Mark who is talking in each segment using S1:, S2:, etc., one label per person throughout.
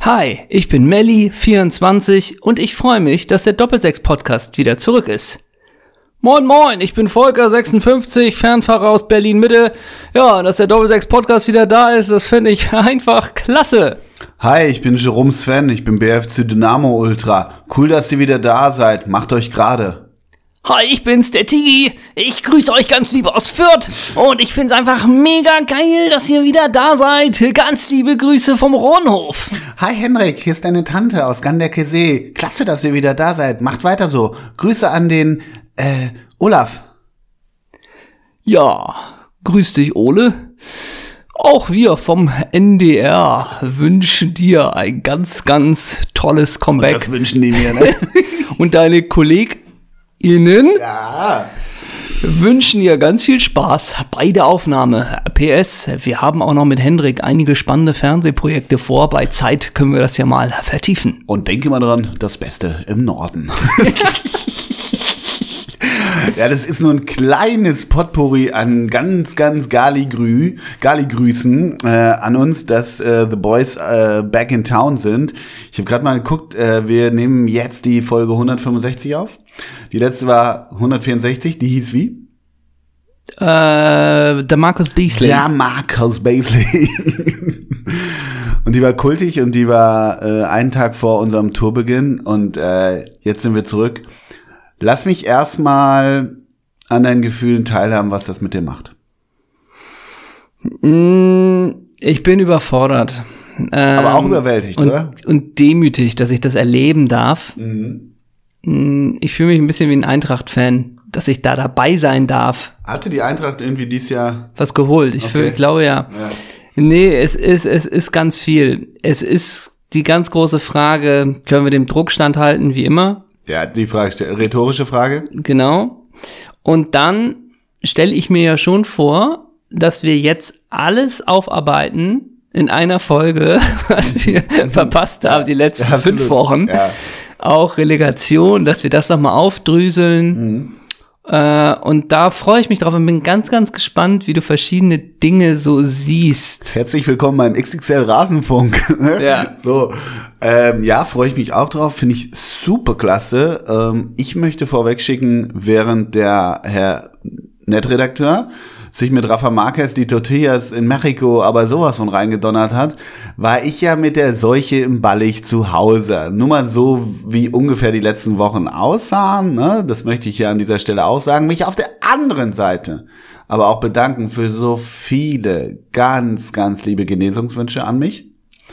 S1: Hi, ich bin Melli24 und ich freue mich, dass der Doppelsechs-Podcast wieder zurück ist. Moin moin, ich bin Volker56, Fernfahrer aus Berlin-Mitte. Ja, dass der Doppelsechs-Podcast wieder da ist, das finde ich einfach klasse.
S2: Hi, ich bin Jerome Sven, ich bin BFC Dynamo Ultra. Cool, dass ihr wieder da seid. Macht euch gerade.
S1: Hi, ich bin's, der Tigi. Ich grüße euch ganz lieb aus Fürth. Und ich find's einfach mega geil, dass ihr wieder da seid. Ganz liebe Grüße vom Ronhof.
S2: Hi Henrik, hier ist deine Tante aus Ganderkesee. Klasse, dass ihr wieder da seid. Macht weiter so. Grüße an den äh, Olaf.
S1: Ja, grüß dich, Ole. Auch wir vom NDR wünschen dir ein ganz, ganz tolles Comeback.
S2: Das wünschen die mir, ne?
S1: Und deine KollegInnen
S2: ja.
S1: wünschen dir ganz viel Spaß bei der Aufnahme. PS, wir haben auch noch mit Hendrik einige spannende Fernsehprojekte vor. Bei Zeit können wir das ja mal vertiefen.
S2: Und denke mal dran, das Beste im Norden. ja, das ist nur ein kleines Potpourri an ganz, ganz Galigrü, Galigrüßen äh, an uns, dass äh, The Boys äh, back in town sind. Ich habe gerade mal geguckt, äh, wir nehmen jetzt die Folge 165 auf. Die letzte war 164, die hieß wie?
S1: Äh, der Markus Beasley.
S2: Ja, Marcus Basley. und die war kultig und die war äh, einen Tag vor unserem Tourbeginn und äh, jetzt sind wir zurück. Lass mich erstmal an deinen Gefühlen teilhaben, was das mit dir macht.
S1: Mm, Ich bin überfordert. Ähm,
S2: Aber auch überwältigt,
S1: und,
S2: oder?
S1: Und demütig, dass ich das erleben darf.
S2: Mhm.
S1: Mm, Ich fühle mich ein bisschen wie ein Eintracht-Fan, dass ich da dabei sein darf.
S2: Hatte die Eintracht irgendwie dieses Jahr äh,
S1: Was geholt. Ich, fühl,
S2: Okay.
S1: ich glaube ja. Nee, es ist, es ist ganz viel. Es ist die ganz große Frage, können wir dem Druck standhalten, wie immer?
S2: Ja, die Frage, stell- rhetorische Frage.
S1: Genau. Und dann stelle ich mir ja schon vor, dass wir jetzt alles aufarbeiten in einer Folge, was wir verpasst haben die letzten
S2: Mhm. absolut.
S1: fünf Wochen.
S2: Ja.
S1: Auch Relegation, dass wir das nochmal aufdröseln.
S2: Mhm.
S1: Äh, und da freue ich mich drauf und bin ganz, ganz gespannt, wie du verschiedene Dinge so siehst.
S2: Herzlich willkommen beim XXL Rasenfunk. ne?
S1: Ja.
S2: So, ähm, ja, freue ich mich auch drauf. Finde ich super klasse. Ähm, ich möchte vorweg schicken, während der Herr Nettredakteur sich mit Rafa Marquez die Tortillas in Mexiko aber sowas von reingedonnert hat, war ich ja mit der Seuche im Ballig zu Hause. Nur mal so, wie ungefähr die letzten Wochen aussahen, ne? das möchte ich ja an dieser Stelle auch sagen, mich auf der anderen Seite aber auch bedanken für so viele ganz, ganz liebe Genesungswünsche an mich.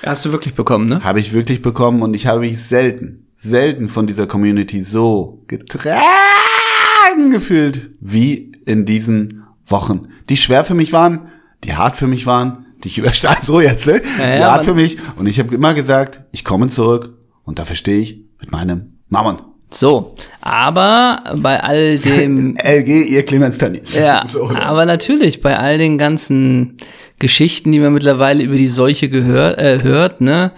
S1: Hast du wirklich bekommen, ne?
S2: Habe ich wirklich bekommen und ich habe mich selten, selten von dieser Community so getragen gefühlt wie in diesen Wochen, die schwer für mich waren, die hart für mich waren, die ich überstand, so jetzt, ne?
S1: Ja,
S2: die
S1: ja,
S2: hart
S1: man-
S2: für mich und ich habe immer gesagt, ich komme zurück und dafür stehe ich mit meinem Mammon.
S1: So. Aber bei all dem
S2: LG, Äh, ihr Clemens Tanis.
S1: Ja,
S2: So, ne?
S1: aber natürlich, bei all den ganzen Geschichten, die man mittlerweile über die Seuche gehört, äh, hört, ne?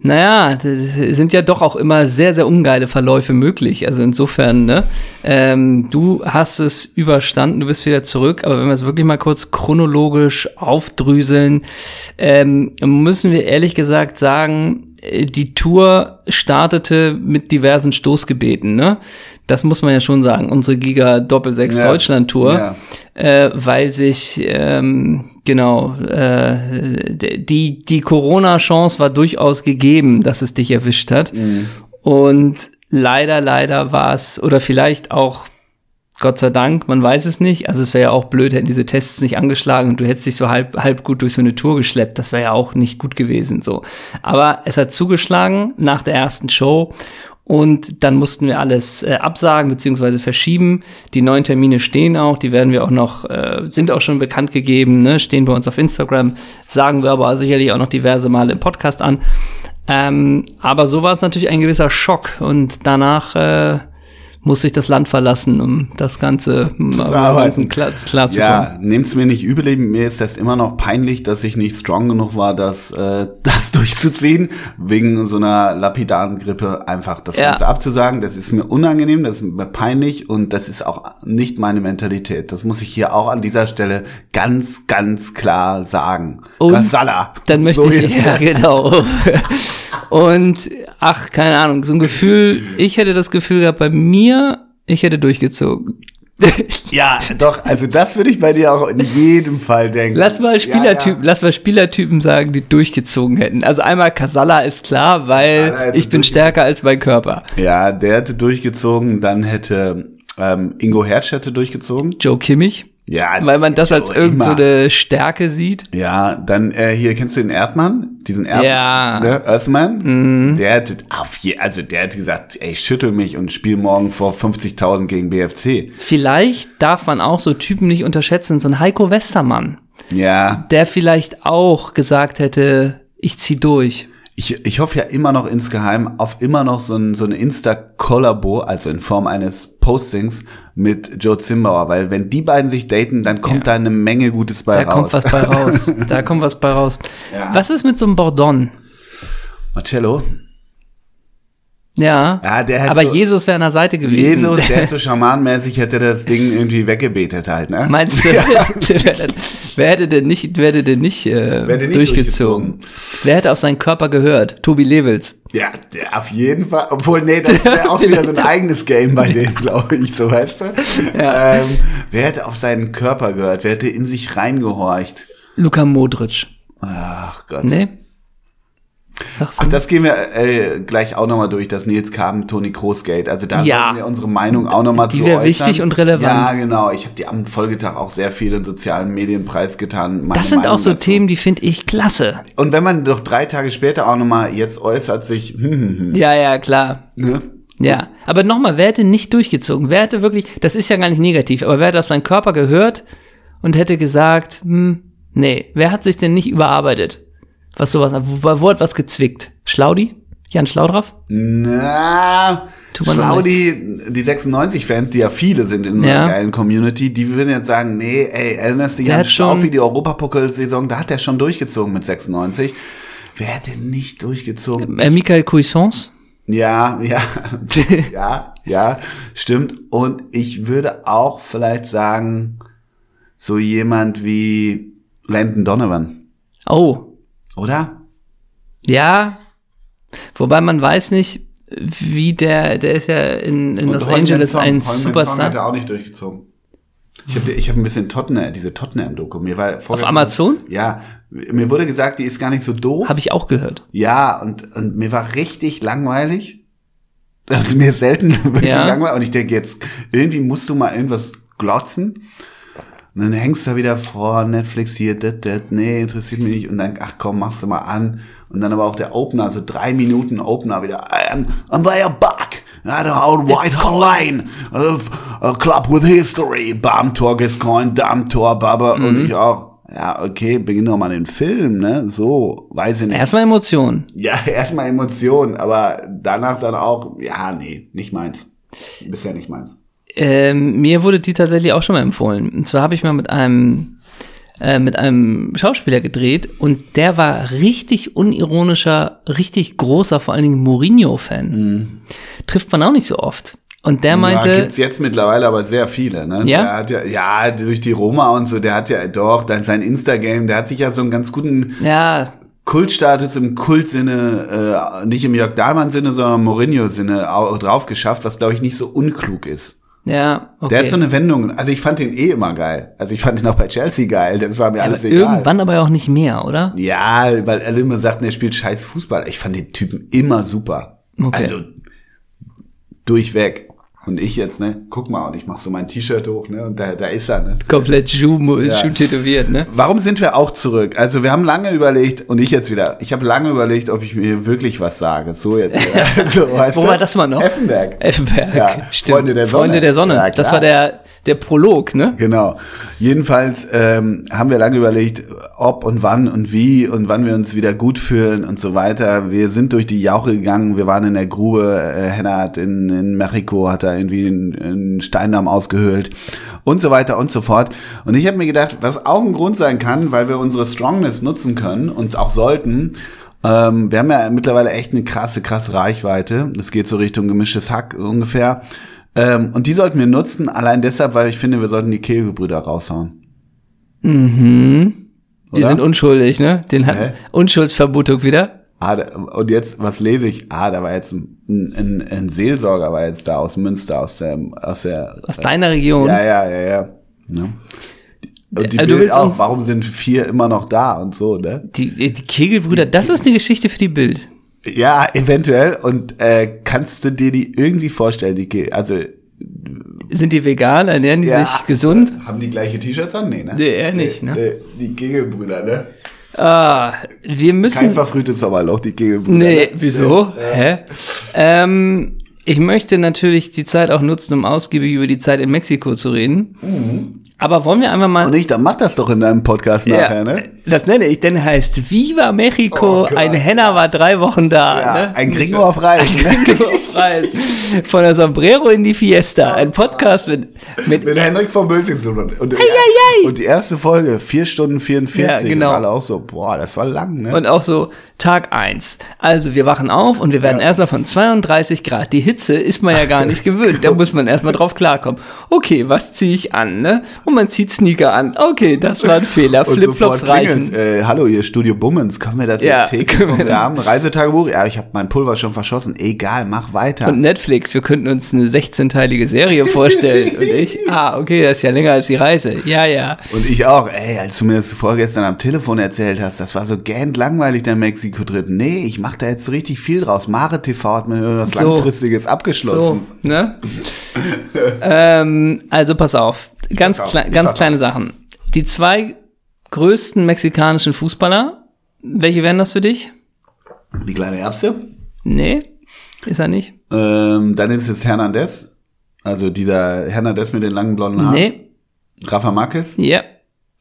S1: Naja, d- d- sind ja doch auch immer sehr, sehr ungeile Verläufe möglich. Also insofern, ne? Ähm, du hast es überstanden, du bist wieder zurück. Aber wenn wir es wirklich mal kurz chronologisch aufdrüseln, ähm, müssen wir ehrlich gesagt sagen, äh, die Tour startete mit diversen Stoßgebeten, ne? Das muss man ja schon sagen. Unsere Giga Doppel sechs
S2: Ja.
S1: Deutschland-Tour
S2: Ja.
S1: äh, weil sich ähm, genau äh, d- die die Corona-Chance war durchaus gegeben, dass es dich erwischt hat und leider leider war es oder vielleicht auch Gott sei Dank, man weiß es nicht. Also es wäre ja auch blöd, hätten diese Tests nicht angeschlagen und du hättest dich so halb, halb gut durch so eine Tour geschleppt. Das wäre ja auch nicht gut gewesen so. Aber es hat zugeschlagen nach der ersten Show und dann mussten wir alles äh, absagen bzw. verschieben. Die neuen Termine stehen auch, die werden wir auch noch, äh, sind auch schon bekannt gegeben, ne? stehen bei uns auf Instagram, sagen wir aber sicherlich auch noch diverse Male im Podcast an. Ähm, aber so war es natürlich ein gewisser Schock und danach äh, musste ich das Land verlassen, um das Ganze mal-
S2: verarbeiten.
S1: klar, klar zu kommen.
S2: Ja, nehm's mir nicht übel, eben, mir ist das immer noch peinlich, dass ich nicht strong genug war, das, äh, das durchzuziehen, wegen so einer lapidaren Grippe einfach das
S1: Ja.
S2: Ganze abzusagen. Das ist mir unangenehm, das ist mir peinlich und das ist auch nicht meine Mentalität. Das muss ich hier auch an dieser Stelle ganz, ganz klar sagen.
S1: Und
S2: Kasala.
S1: Dann möchte
S2: So
S1: ich,
S2: jetzt.
S1: ja genau. Und ach, keine Ahnung, so ein Gefühl, ich hätte das Gefühl gehabt, bei mir, ich hätte durchgezogen.
S2: Ja, doch, also das würde ich bei dir auch in jedem Fall denken.
S1: Lass mal Spielertypen,
S2: Ja,
S1: lass mal Spielertypen sagen, die durchgezogen hätten. Also einmal Kasala ist klar,
S2: Casalla
S1: weil
S2: hätte
S1: ich bin
S2: durchgezogen.
S1: stärker als mein Körper.
S2: ja. ja, der hätte durchgezogen, dann hätte ähm, Ingo Hertz hätte durchgezogen.
S1: Joe Kimmich,
S2: Ja,
S1: weil man das als
S2: Joe
S1: irgend so
S2: immer.
S1: eine Stärke sieht.
S2: Ja, dann äh, hier kennst du den Erdmann, diesen Erdmann,
S1: Ja. Mhm.
S2: ne, Earthman. Der hätte auf je, also der hätte gesagt, ey, schüttel mich und spiel morgen vor 50.000 gegen BFC.
S1: Vielleicht darf man auch so Typen nicht unterschätzen, so ein Heiko Westermann,
S2: Ja,
S1: der vielleicht auch gesagt hätte, ich zieh durch.
S2: ich, ich hoffe ja immer noch insgeheim auf immer noch so ein, so eine Insta-Kollabo, also in Form eines Postings mit Joe Zimbauer, weil wenn die beiden sich daten, dann kommt da eine Menge Gutes bei
S1: Da
S2: raus.
S1: kommt was bei raus. Da kommt was bei raus.
S2: Ja.
S1: Was ist mit so einem Bordon?
S2: Marcello,
S1: Ja.
S2: Ja, der hat
S1: aber
S2: so-
S1: Jesus wäre an der Seite gewesen.
S2: Jesus, der ist so schamanmäßig, hätte das Ding irgendwie weggebetet halt, ne?
S1: Meinst du, wer, hätte- wer hätte denn nicht, wer hätte denn nicht, äh,
S2: hätte nicht
S1: durchgezogen? Wer hätte auf seinen Körper gehört? Tobi Levels.
S2: Ja, der auf jeden Fall. Obwohl, nee, das wäre auch wieder so ein eigenes Game bei dem, glaube ich, so weißt du. Ähm, wer hätte auf seinen Körper gehört? Wer hätte in sich reingehorcht?
S1: Luka Modric. ne?
S2: Ach Gott.
S1: Nee? Sagst du?
S2: Ach, das gehen wir äh, gleich auch nochmal durch, das Nils Kaben, Toni Kroos-Gate. Also da
S1: Ja.
S2: sollten wir unsere Meinung auch nochmal zu
S1: Die wäre
S2: äußern.
S1: wichtig und relevant.
S2: Ja, genau. Ich habe die am Folgetag auch sehr viel in sozialen Medien preisgetan. meine
S1: das sind
S2: Meinung
S1: auch so
S2: dazu.
S1: Themen, die finde ich klasse.
S2: Und wenn man doch drei Tage später auch nochmal, jetzt äußert sich, hm, hm, hm,
S1: Ja, ja, klar.
S2: ne?
S1: Ja, aber nochmal, wer hätte nicht durchgezogen? Wer hätte wirklich, das ist ja gar nicht negativ, aber wer hätte auf seinen Körper gehört und hätte gesagt, hm, nee, wer hat sich denn nicht überarbeitet? Was sowas, wo, wo hat was gezwickt? Schlaudi? Jan Schlaudraff?
S2: Na,
S1: Tut mir
S2: schlau,
S1: leid.
S2: die, die 96-Fans, die ja viele sind in
S1: Ja.
S2: unserer geilen Community, die würden jetzt sagen, nee, ey, erinnerst du dich
S1: Der
S2: an
S1: hat schon-
S2: Schlauf wie die Europapokal-Saison? Da hat er schon durchgezogen mit 96. Wer hätte nicht durchgezogen?
S1: Äh, Michael Cuisance?
S2: Ja, ja, ja, ja, stimmt. Und ich würde auch vielleicht sagen, so jemand wie Landon Donovan,
S1: Oh,
S2: oder?
S1: ja. Wobei man weiß nicht, wie der, der ist ja in, in
S2: Und
S1: Los
S2: Heung-min
S1: Angeles
S2: Son.
S1: ein
S2: Heung-min Son hat
S1: Superstar.
S2: er auch nicht durchgezogen. Ich habe ich hab ein bisschen Tottenham, diese Tottenham-Doku. Mir war vorgestern-
S1: Amazon?
S2: Ja, mir wurde gesagt, die ist gar nicht so doof.
S1: Habe ich auch gehört.
S2: ja, und, und mir war richtig langweilig. Und mir ist selten wirklich
S1: Ja.
S2: langweilig. Und ich denke jetzt, irgendwie musst du mal irgendwas glotzen. Und dann hängst du da wieder vor, Netflix hier, dat, dat, nee, interessiert mich nicht. Und dann, ach komm, machst du mal an. Und dann aber auch der Opener, also drei Minuten Opener wieder. And, and they are back at our white hot line of a club with history. Bam Tor Gascoigne, Dam Tor Baba. Und ich auch, ja, okay, beginn doch mal den Film, ne? So, weiß ich nicht.
S1: Erstmal Emotionen.
S2: Ja, erstmal Emotionen, aber danach dann auch, ja, nee, nicht meins. Bisher nicht meins.
S1: Ähm, mir wurde die tatsächlich auch schon mal empfohlen. Und zwar habe ich mal mit einem äh, mit einem Schauspieler gedreht und der war richtig unironischer, richtig großer, vor allen Dingen Mourinho-Fan. Trifft man auch nicht so oft. Und der
S2: Mhm. ja,
S1: meinte,
S2: gibt's jetzt mittlerweile aber sehr viele, ne?
S1: Ja?
S2: Der hat ja, ja, durch die Roma und so, der hat ja doch, dann sein Instagram, der hat sich ja so einen ganz guten
S1: ja,
S2: Kultstatus im Kultsinne, äh, nicht im Jörg Dahlmann-Sinne, sondern im Mourinho-Sinne au- drauf geschafft, was glaube ich nicht so unklug ist.
S1: ja, okay.
S2: Der hat so eine Wendung, also ich fand den eh immer geil. Also ich fand den auch bei Chelsea geil, das war mir
S1: Aber
S2: alles egal.
S1: Irgendwann aber auch nicht mehr, oder?
S2: Ja, weil alle immer sagten, er spielt scheiß Fußball. Ich fand den Typen immer super.
S1: Okay.
S2: Also durchweg. Und ich jetzt, ne? Guck mal, und ich mach so mein T-Shirt hoch, ne? Und da, da ist er, ne?
S1: Komplett Schuh, Schuh tätowiert, ne?
S2: Warum sind wir auch zurück? Also wir haben lange überlegt, und ich jetzt wieder, ich habe lange überlegt, ob ich mir wirklich was sage. So jetzt. wieder. so, weißt
S1: Wo
S2: du?
S1: war das mal noch?
S2: Effenberg.
S1: Effenberg,
S2: Ja,
S1: stimmt.
S2: Freunde der Sonne.
S1: Freunde der Sonne.
S2: Ja,
S1: das
S2: klar.
S1: war der, der Prolog, ne?
S2: Genau. Jedenfalls ähm, haben wir lange überlegt, ob und wann und wie und wann wir uns wieder gut fühlen und so weiter. Wir sind durch die Jauche gegangen, wir waren in der Grube. Äh, Henna hat in, in Mexiko, hat da irgendwie einen, einen Steindamm ausgehöhlt und so weiter und so fort. Und ich habe mir gedacht, was auch ein Grund sein kann, weil wir unsere Strongness nutzen können und auch sollten. Ähm, wir haben ja mittlerweile echt eine krasse, krasse Reichweite. Das geht so Richtung gemischtes Hack ungefähr. Ähm, und die sollten wir nutzen, allein deshalb, weil ich finde, wir sollten die Kegelbrüder raushauen.
S1: Die
S2: Oder?
S1: sind unschuldig, ne? Den hat
S2: Hä?
S1: Unschuldsvermutung wieder.
S2: Ah, da, und jetzt, was lese ich? Ah, da war jetzt ein, ein, ein Seelsorger, war jetzt da aus Münster, aus der, aus der.
S1: Aus deiner Region.
S2: Ja, ja, ja, ja. Ne? Und die
S1: Äh, du
S2: Bild
S1: willst
S2: auch,
S1: uns-
S2: warum sind vier immer noch da und so, ne?
S1: Die, die Kegelbrüder, das ist eine Geschichte für die Bild.
S2: Ja, eventuell. Und äh, kannst du dir die irgendwie vorstellen? Die, Ke- also
S1: Sind die vegan, ernähren die
S2: Ja.
S1: sich gesund?
S2: haben die gleiche T-Shirts an? Nee, ne?
S1: Nee, eher nicht, ne?
S2: Nee, die Kegelbrüder, ne?
S1: Ah, wir
S2: Kein
S1: müssen.
S2: verfrühtes Sommerloch, die Kegelbrüder.
S1: Nee,
S2: ne?
S1: wieso? Hä? Ähm, ich möchte natürlich die Zeit auch nutzen, um ausgiebig über die Zeit in Mexiko zu reden. Aber wollen wir einmal mal.
S2: Mhm. Und ich, dann mach das doch in deinem Podcast nachher, ne?
S1: Das nenne ich, denn heißt Viva Mexico.
S2: Oh Gott.
S1: ein Henner war drei Wochen da.
S2: Ja,
S1: ne?
S2: ein Gringo auf Reisen, ne?
S1: Rein. Von der Sombrero in die Fiesta. Ein Podcast mit, mit,
S2: Mit Henrik von Bösings und, und,
S1: ei, ei.
S2: und die erste Folge, 4 Stunden 44.
S1: Ja, genau.
S2: Und alle auch so, boah, das war lang, ne?
S1: und auch so Tag eins. Also wir wachen auf und wir werden erstmal von 32 Grad. Die Hitze ist man ja gar nicht gewöhnt. Da muss man erstmal drauf klarkommen. Okay, was ziehe ich an? Ne? Und man zieht Sneaker an. Okay, das war ein Fehler.
S2: Und
S1: Flipflops
S2: klingelt's,
S1: reichen.
S2: Äh, hallo, ihr Studio Bummens, können wir das
S1: Ja,
S2: jetzt täglich
S1: können wir
S2: machen? Wir
S1: das-
S2: haben ein Reisetagebuch. Ja, ich habe mein Pulver schon verschossen. Egal, mach weiter.
S1: Und Netflix, wir könnten uns eine 16-teilige Serie vorstellen. und ich, ah, okay, das ist ja länger als die Reise. Ja, ja.
S2: Und ich auch, ey, als du mir das vorgestern am Telefon erzählt hast, das war so gähnt langweilig, der Mexiko-Trip. Nee, ich mach da jetzt richtig viel draus. Mare TV hat mir was
S1: So.
S2: Langfristiges abgeschlossen.
S1: So, ne? ähm, also pass auf, ganz,
S2: Pass auf,
S1: klei
S2: ich
S1: ganz
S2: pass
S1: kleine Sachen. Die zwei größten mexikanischen Fußballer, welche wären das für dich?
S2: Die kleine Erbse.
S1: Nee, ist er nicht.
S2: Ähm, dann ist es Hernandez. Also dieser Hernandez mit den langen blonden Haaren.
S1: Nee,
S2: Rafa Marquez.
S1: ja.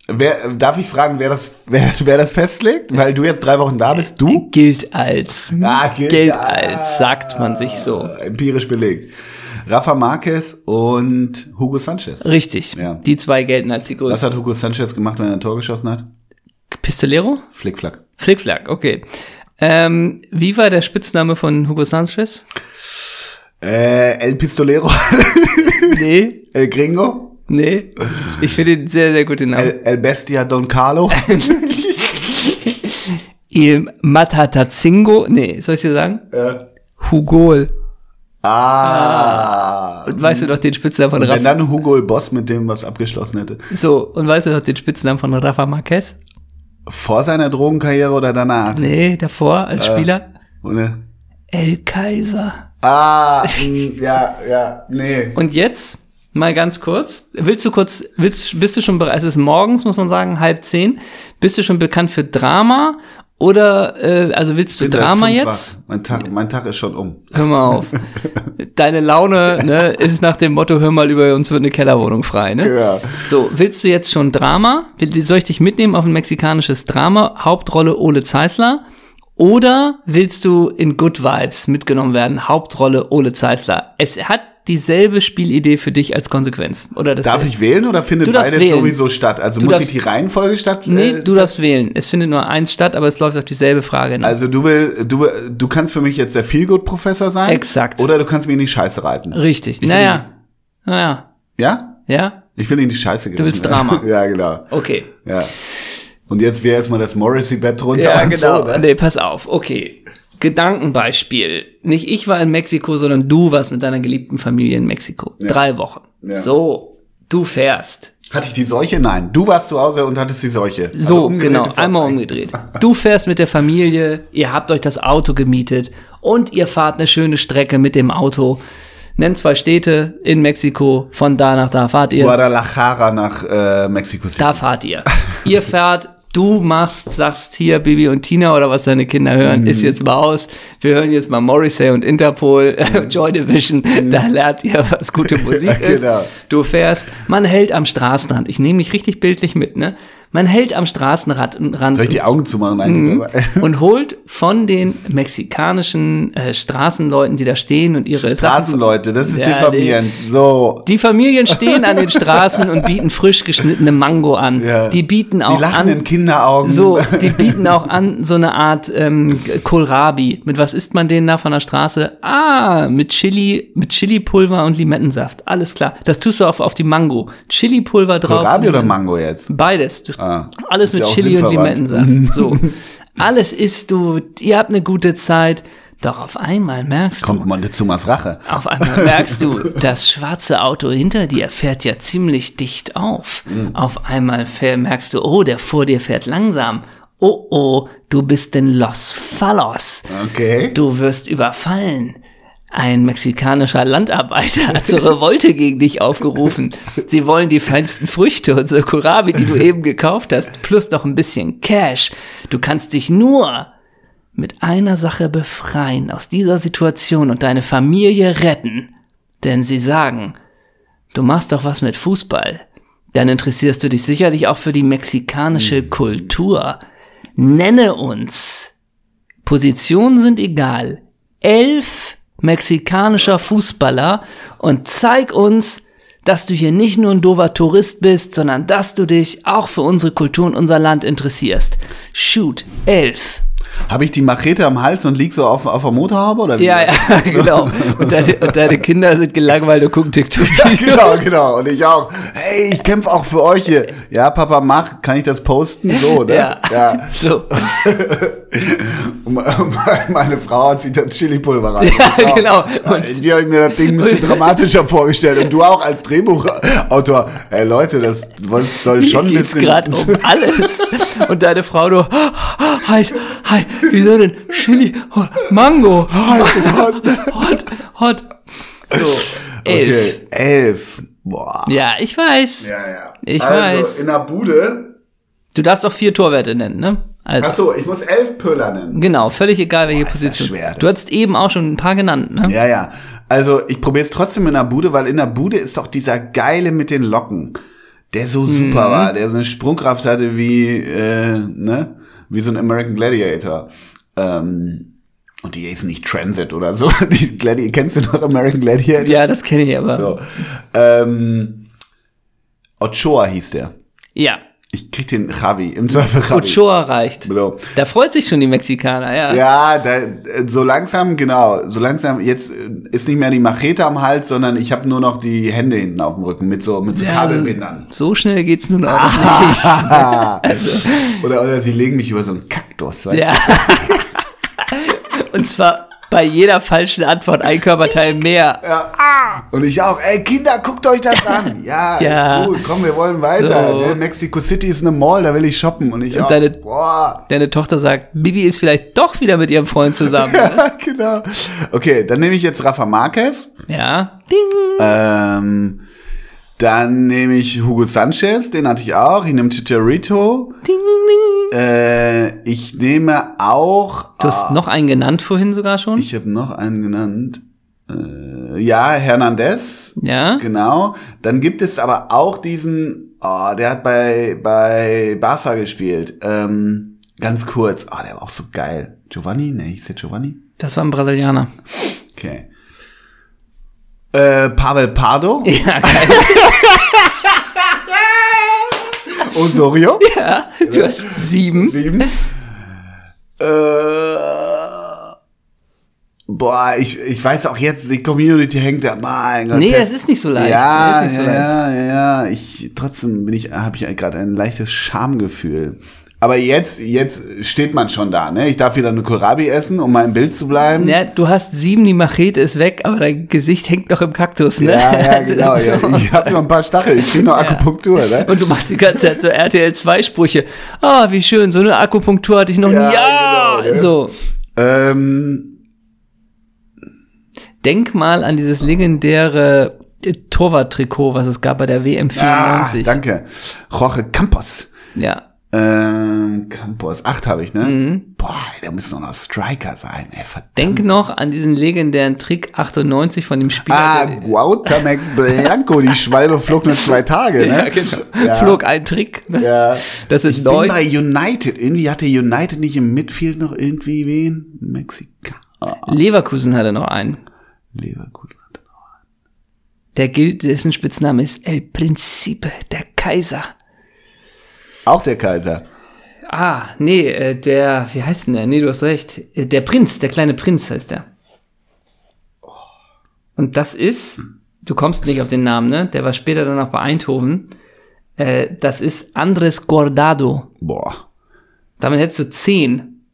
S2: Wer, äh, darf ich fragen, wer das, wer, wer das festlegt? Weil du jetzt drei Wochen da bist, du?
S1: Gilt als.
S2: Ah, gilt als.
S1: als, sagt man sich so.
S2: Äh, Empirisch belegt. Rafa Marquez und Hugo Sanchez.
S1: Richtig,
S2: Ja.
S1: die zwei gelten als die
S2: Was
S1: größten.
S2: hat Hugo Sanchez gemacht, wenn er ein Tor geschossen hat?
S1: Pistolero?
S2: Flickflack.
S1: Flickflack, okay. Ähm, wie war der Spitzname von Hugo Sanchez?
S2: Äh, El Pistolero.
S1: Nee,
S2: El Gringo.
S1: nee. Ich finde den sehr, sehr gut, den Namen.
S2: El, El Bestia Don Carlo.
S1: Il Matatazingo, nee, soll ich dir sagen?
S2: äh,
S1: Hugol.
S2: ah.
S1: Und weißt du doch den Spitznamen von
S2: Wenn
S1: Rafa?
S2: dann Hugo El Boss mit dem was abgeschlossen hätte.
S1: So, und weißt du doch den Spitznamen von Rafa Marquez?
S2: Vor seiner Drogenkarriere oder danach?
S1: Nee, davor als
S2: Äh.
S1: Spieler.
S2: Oder?
S1: El Kaiser.
S2: Ah, mh, ja, ja, nee.
S1: Und jetzt mal ganz kurz. Willst du kurz, willst, bist du schon bereit? Es ist morgens, muss man sagen, halb zehn. Bist du schon bekannt für Drama? Oder, äh, also willst du
S2: Bin seit
S1: Drama
S2: fünf
S1: jetzt?
S2: wach. Mein Tag, mein Tag ist schon um.
S1: Hör mal auf. Deine Laune ne, ist nach dem Motto, hör mal, über uns wird eine Kellerwohnung frei. Ne?
S2: Ja.
S1: So, willst du jetzt schon Drama? Will, soll ich dich mitnehmen auf ein mexikanisches Drama? Hauptrolle Ole Zeisler? Oder willst du in Good Vibes mitgenommen werden? Hauptrolle Ole Zeisler. Es hat dieselbe Spielidee für dich als Konsequenz. Oder das
S2: Darf ich wählen oder findet
S1: Du darfst
S2: beides
S1: wählen.
S2: sowieso statt? Also
S1: Du
S2: muss
S1: darfst-
S2: ich die Reihenfolge statt?
S1: Nee,
S2: äh,
S1: du darfst wählen. Es findet nur eins statt, aber es läuft auf dieselbe Frage. hinaus.
S2: also du will, du, will- du kannst für mich jetzt der Feelgood-Professor sein.
S1: Exakt.
S2: Oder du kannst mir in die Scheiße reiten.
S1: Richtig.
S2: will-
S1: Naja. Naja.
S2: Ja?
S1: Ja?
S2: Ich will in die Scheiße gehen.
S1: willst Drama.
S2: ja, genau.
S1: Okay.
S2: Ja. Und jetzt wäre erstmal das Morrissey-Bett runter.
S1: Ja,
S2: und
S1: genau.
S2: So, ne?
S1: Nee, pass auf. Okay. Gedankenbeispiel. Nicht ich war in Mexiko, sondern du warst mit deiner geliebten Familie in Mexiko. Drei Wochen.
S2: Ja.
S1: So, du fährst.
S2: Hatte ich die Seuche? Nein. Du warst zu Hause und hattest die Seuche.
S1: So,
S2: Also umgedrehte
S1: genau,
S2: Vorzeichen.
S1: einmal umgedreht. Du fährst mit der Familie, ihr habt euch das Auto gemietet und ihr fahrt eine schöne Strecke mit dem Auto. Nennt zwei Städte in Mexiko, von da nach da fahrt ihr.
S2: Guadalajara nach äh, Mexiko City.
S1: Da fahrt ihr. Ihr fahrt, du machst, sagst hier, Bibi und Tina oder was deine Kinder hören, ist
S2: Mhm.
S1: jetzt mal aus. Wir hören jetzt mal Morrissey und Interpol, äh,
S2: Mhm.
S1: Joy Division. Da lernt ihr, was gute Musik ist.
S2: Genau.
S1: Du fährst, man hält am Straßenrand. Ich nehme mich richtig bildlich mit, ne? Man hält am Straßenrand Rand
S2: Soll ich die Augen zumachen?
S1: Mhm.
S2: Nein, aber-
S1: und holt von den mexikanischen äh, Straßenleuten, die da stehen und ihre Sachen
S2: Straßenleute, das ist
S1: Ja,
S2: diffamierend. So.
S1: die Familien stehen an den Straßen und bieten frisch geschnittene Mango an.
S2: Ja.
S1: Die bieten
S2: Die
S1: auch
S2: lachenden
S1: an.
S2: Kinderaugen.
S1: So, die bieten auch an so eine Art ähm, Kohlrabi. Mit was isst man den da von der Straße? Ah, mit Chili, mit Chili-Pulver und Limettensaft. Alles klar. Das tust du auf, auf die Mango. Chili-Pulver drauf.
S2: Kohlrabi
S1: und
S2: oder
S1: Limetten-
S2: Mango jetzt?
S1: Beides. Du,
S2: Ah,
S1: alles
S2: ist
S1: mit
S2: ja auch
S1: Chili und
S2: sinnverwandt.
S1: Limettensaft. So. Alles isst du, ihr habt eine gute Zeit. Doch auf einmal merkst
S2: Kommt Montezumas Rache.
S1: du, auf einmal merkst du, das schwarze Auto hinter dir fährt ja ziemlich dicht auf. Auf einmal fähr- merkst du, oh, der vor dir fährt langsam. Oh, oh, du bist in Los Fallos.
S2: Okay.
S1: Du wirst überfallen. Ein mexikanischer Landarbeiter hat zur Revolte gegen dich aufgerufen. Sie wollen die feinsten Früchte und Kohlrabi, die du eben gekauft hast, plus noch ein bisschen Cash. Du kannst dich nur mit einer Sache befreien aus dieser Situation und deine Familie retten. Denn sie sagen, du machst doch was mit Fußball. Dann interessierst du dich sicherlich auch für die mexikanische Kultur. Nenne uns Positionen sind egal. Elf mexikanischer Fußballer und zeig uns, dass du hier nicht nur ein dover Tourist bist, sondern dass du dich auch für unsere Kultur und unser Land interessierst. Shoot, elf.
S2: Habe ich die Machete am Hals und lieg so auf, auf der Motorhaube oder wie?
S1: Ja, ja, genau. Und deine, und deine Kinder sind gelangweilt und gucken TikTok-Videos.
S2: Genau, genau. Und ich auch. Hey, ich kämpfe auch für euch hier. Ja, Papa, mach. Kann ich das posten? So, ne?
S1: Ja. So.
S2: Und me- Meine Frau hat sich dann Chili-Pulver rein.
S1: Ja, genau. Und-
S2: Und habe ich mir das Ding ein bisschen dramatischer vorgestellt. Und du auch als Drehbuchautor. Ey, Leute, das woll- soll schon ein
S1: Hier geht's
S2: bisschen...
S1: gerade um alles. Und deine Frau nur, oh, heiß, heiß, wieso denn? Chili, oh, Mango,
S2: Heiß ist hot.
S1: hot, hot. So, elf.
S2: Okay, elf. Boah.
S1: Ja, ich weiß.
S2: Ja, ja.
S1: Ich
S2: also,
S1: weiß.
S2: in der Bude...
S1: Du darfst auch vier Torwerte nennen, ne? Also,
S2: Achso, ich muss elf Pöller nennen.
S1: genau, völlig egal, welche
S2: ist das
S1: Position.
S2: schwer, das-
S1: du hast eben auch schon ein paar genannt, ne?
S2: Ja, ja. Also ich probiere es trotzdem in der Bude, weil in der Bude ist doch dieser Geile mit den Locken, der so
S1: Mhm.
S2: super war, der so eine Sprungkraft hatte wie, äh, ne, wie so ein American Gladiator. Ähm, und die ist nicht Transit oder so. Die Gladi Kennst du noch American Gladiator?
S1: Ja, das kenne ich aber.
S2: So. Ähm, Ochoa hieß der.
S1: Ja,
S2: Ich krieg den Javi, im Zweifel Javi.
S1: Ochoa reicht.
S2: Genau.
S1: Da freut sich schon die Mexikaner, ja.
S2: Ja, da, äh, so langsam, genau, so langsam, jetzt äh, ist nicht mehr die Machete am Hals, sondern ich habe nur noch die Hände hinten auf dem Rücken mit so, mit so
S1: Ja,
S2: Kabelbindern.
S1: So schnell geht's nun auch nicht.
S2: Ah. Oder, oder sie legen mich über so einen Kaktus. Weißt
S1: Ja. Und zwar bei jeder falschen Antwort ein Körperteil mehr.
S2: du? Und ich auch, ey Kinder, guckt euch das an. Ja,
S1: Ja.
S2: ist gut, komm, wir wollen weiter.
S1: So.
S2: Ne? Mexico City ist eine Mall, da will ich shoppen. Und ich
S1: Und
S2: auch,
S1: deine-
S2: boah.
S1: Deine Tochter sagt, Bibi ist vielleicht doch wieder mit ihrem Freund zusammen.
S2: genau. Okay, dann nehme ich jetzt Rafa Marquez.
S1: Ja. Ding.
S2: Ähm, dann nehme ich Hugo Sanchez, den hatte ich auch. Ich nehme Chicharito.
S1: Ding, ding.
S2: Äh, ich nehme auch.
S1: Du hast noch einen genannt vorhin sogar schon.
S2: Ah. Ich habe noch einen genannt. Äh, ja, Hernandez.
S1: ja.
S2: Genau. Dann gibt es aber auch diesen. Oh, der hat bei bei Barca gespielt. Ähm, ganz kurz. Ah, der war auch so geil. Giovanni? Nee, ich sehe Giovanni.
S1: Das war ein Brasilianer.
S2: Okay. Äh, Pavel Pardo.
S1: Ja, geil.
S2: Osorio.
S1: Ja. Du hast sieben.
S2: Sieben. äh, boah, ich, ich weiß auch jetzt, die Community hängt da. Mein Gott.
S1: Nee,
S2: das-
S1: es ist nicht so leicht.
S2: Ja,
S1: es ist nicht so
S2: ja,
S1: leicht.
S2: ja, ja. Ich, trotzdem bin ich, habe ich gerade ein leichtes Schamgefühl. Aber jetzt, jetzt steht man schon da, ne? Ich darf wieder eine Kohlrabi essen, um meinem Bild zu bleiben.
S1: Ja, du hast sieben, die Machete ist weg, aber dein Gesicht hängt noch im Kaktus, ne?
S2: ja, ja,
S1: Also,
S2: genau.
S1: das
S2: Ja.
S1: muss man
S2: Ich habe noch ein paar Stacheln. Ich kriege noch Akupunktur, ne?
S1: Und du machst die ganze Zeit so RTL-2-Sprüche. Ah, wie schön, so eine Akupunktur hatte ich noch
S2: Ja,
S1: nie. Ja,
S2: genau, ne?
S1: so.
S2: Ähm,
S1: Denk mal an dieses legendäre äh, Torwart-Trikot, was es gab bei der WM
S2: ah,
S1: 94.
S2: danke. Jorge Campos.
S1: ja.
S2: Ähm, Campos. Acht habe ich, ne?
S1: Mhm.
S2: Boah, da muss noch ein Striker sein, ey. Verdammt.
S1: Denk noch an diesen legendären Trick 98 von dem Spieler.
S2: Ah,
S1: der-
S2: Guautamek Blanco, die Schwalbe flog nur zwei Tage, ne?
S1: ja, genau.
S2: Ja.
S1: Flog ein Trick. Ne?
S2: Ja.
S1: Das ist
S2: Ich bin
S1: neu.
S2: bei United. Irgendwie hatte United nicht im Midfield noch irgendwie wen? Mexikaner.
S1: Leverkusen hatte noch einen.
S2: Leverkusen.
S1: Der gilt, dessen Spitzname ist El Principe, der Kaiser.
S2: Auch der Kaiser.
S1: Ah, nee, äh, der, wie heißt denn der? Nee, du hast recht. Äh, Der Prinz, der kleine Prinz heißt der. Und das ist, du kommst nicht auf den Namen, ne? Der war später dann auch bei Eindhoven. Äh, das ist Andres Guardado.
S2: Boah.
S1: Damit hättest du zehn.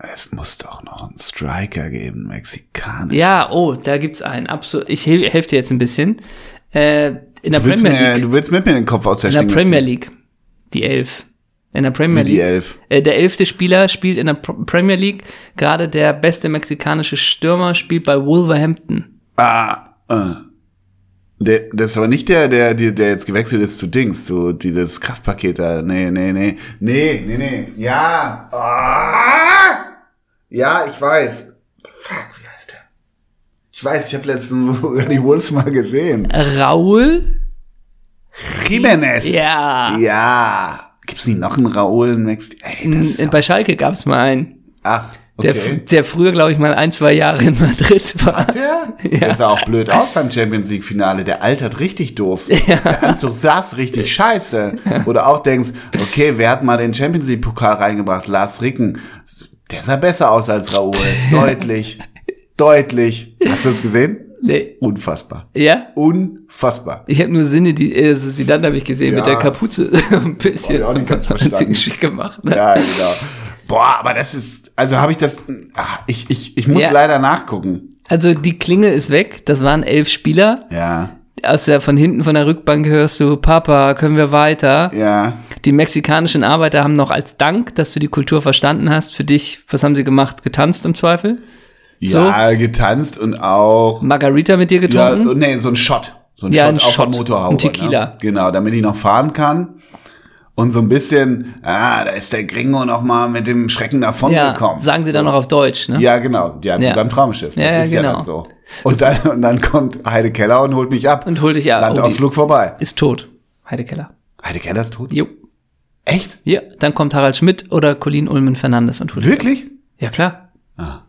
S2: Es muss doch noch einen Striker geben, Mexikaner.
S1: Ja, oh, da gibt's einen. Absolut. Ich hel helfe dir jetzt ein bisschen. Äh, in der
S2: Du willst,
S1: Premier
S2: mir,
S1: League.
S2: du willst mit mir den Kopf
S1: In der
S2: auszerstechen.
S1: Premier League. Die Elf. In der Premier
S2: Wie die
S1: League.
S2: Elf?
S1: Äh, der elfte Spieler spielt in der Pro- Premier League. Gerade der beste mexikanische Stürmer spielt bei Wolverhampton.
S2: Ah, äh. Der, das war nicht der, der, der, der jetzt gewechselt ist zu Dings, zu dieses Kraftpaket da. Nee, nee, nee. Nee, nee, nee. Ja. Ah! Ja, ich weiß. Fuck, wie heißt der? Ich weiß, ich habe letztens die Wolves mal gesehen.
S1: Raul?
S2: Jimenez.
S1: Ja.
S2: Ja. Gibt's nicht noch einen Raoul in Mex? Ey, das ist
S1: In, bei Schalke gab's mal einen.
S2: Ach,
S1: Der,
S2: okay.
S1: f- der früher, glaube ich, mal ein, zwei Jahre in Madrid war.
S2: Der, der sah auch blöd aus beim Champions League Finale. Der altert richtig doof. Der Anzug saß richtig scheiße. Oder auch denkst, okay, wer hat mal den Champions League Pokal reingebracht? Lars Ricken. Der sah besser aus als Raoul. Deutlich. Deutlich. Hast du es gesehen?
S1: Nee.
S2: Unfassbar.
S1: Ja?
S2: Unfassbar.
S1: Ich habe nur Sinne, die äh, Sidan habe ich gesehen mit
S2: Ja. Oh,
S1: der Kapuze. ein bisschen.
S2: ich auch nicht ganz
S1: Hat sie
S2: verstanden.
S1: Schick gemacht. Ne?
S2: Ja, genau. Boah, aber das ist, also habe ich das, ah, ich, ich, ich muss
S1: Ja.
S2: leider nachgucken.
S1: Also die Klinge ist weg. Das waren elf Spieler.
S2: Ja,
S1: Aus der von hinten von der Rückbank hörst du, Papa, können wir weiter?
S2: ja.
S1: Die mexikanischen Arbeiter haben noch als Dank, dass du die Kultur verstanden hast, für dich, was haben sie gemacht? Getanzt im Zweifel?
S2: Ja, getanzt und auch
S1: Margarita mit dir
S2: Ja,
S1: getrunken?
S2: nee, so ein Shot. So ein
S1: Ja,
S2: Shot
S1: ein
S2: auf der
S1: Shot.
S2: Motorhaube.
S1: Ein Tequila.
S2: Ne? Genau, damit ich noch fahren kann. Und so ein bisschen, ah, da ist der Gringo noch mal mit dem Schrecken
S1: Ja,
S2: davongekommen.
S1: sagen sie dann noch auf Deutsch, ne?
S2: ja, genau. Ja, wie
S1: Ja.
S2: beim Traumschiff. Das
S1: Ja, ja,
S2: ist ja
S1: genau.
S2: dann so. Und dann, und dann kommt Heide Keller und holt mich ab.
S1: Und hol dich ab. Oh,
S2: Landausflug vorbei.
S1: die ist tot. Heide Keller.
S2: Heide Keller ist tot?
S1: Jo.
S2: Echt?
S1: Ja, dann kommt Harald Schmidt oder Colin Ulmen Fernandes und holt
S2: Wirklich?
S1: Ja, klar.
S2: Ah.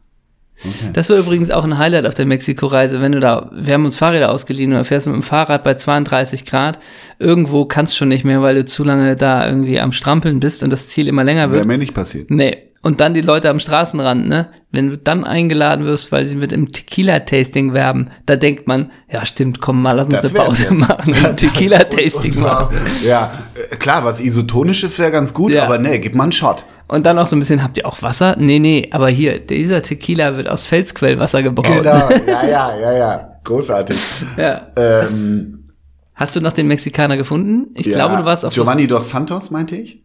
S1: Das war übrigens auch ein Highlight auf der Mexiko-Reise, wenn du da, wir haben uns Fahrräder ausgeliehen und da fährst du mit dem Fahrrad bei 32 Grad, irgendwo kannst schon nicht mehr, weil du zu lange da irgendwie am Strampeln bist und das Ziel immer länger
S2: Wäre
S1: wird.
S2: mir nicht passiert.
S1: Nee. Und dann die Leute am Straßenrand, ne? Wenn du dann eingeladen wirst, weil sie mit dem Tequila-Tasting werben, da denkt man, ja stimmt, komm mal, lass uns
S2: Das
S1: eine Pause
S2: wär's jetzt.
S1: machen und Tequila-Tasting machen.
S2: Ja, äh, klar, was Isotonisches wäre ganz gut,
S1: Ja.
S2: aber nee, gib mal einen Shot.
S1: Und dann auch so ein bisschen, habt ihr auch Wasser? Nee, nee, aber hier, dieser Tequila wird aus Felsquellwasser gebraut.
S2: Genau, ja, ja, ja, ja. Großartig.
S1: Ja.
S2: Ähm,
S1: Hast du noch den Mexikaner gefunden? Ich
S2: Ja,
S1: glaube, du warst auf
S2: Giovanni dos Santos, meinte ich.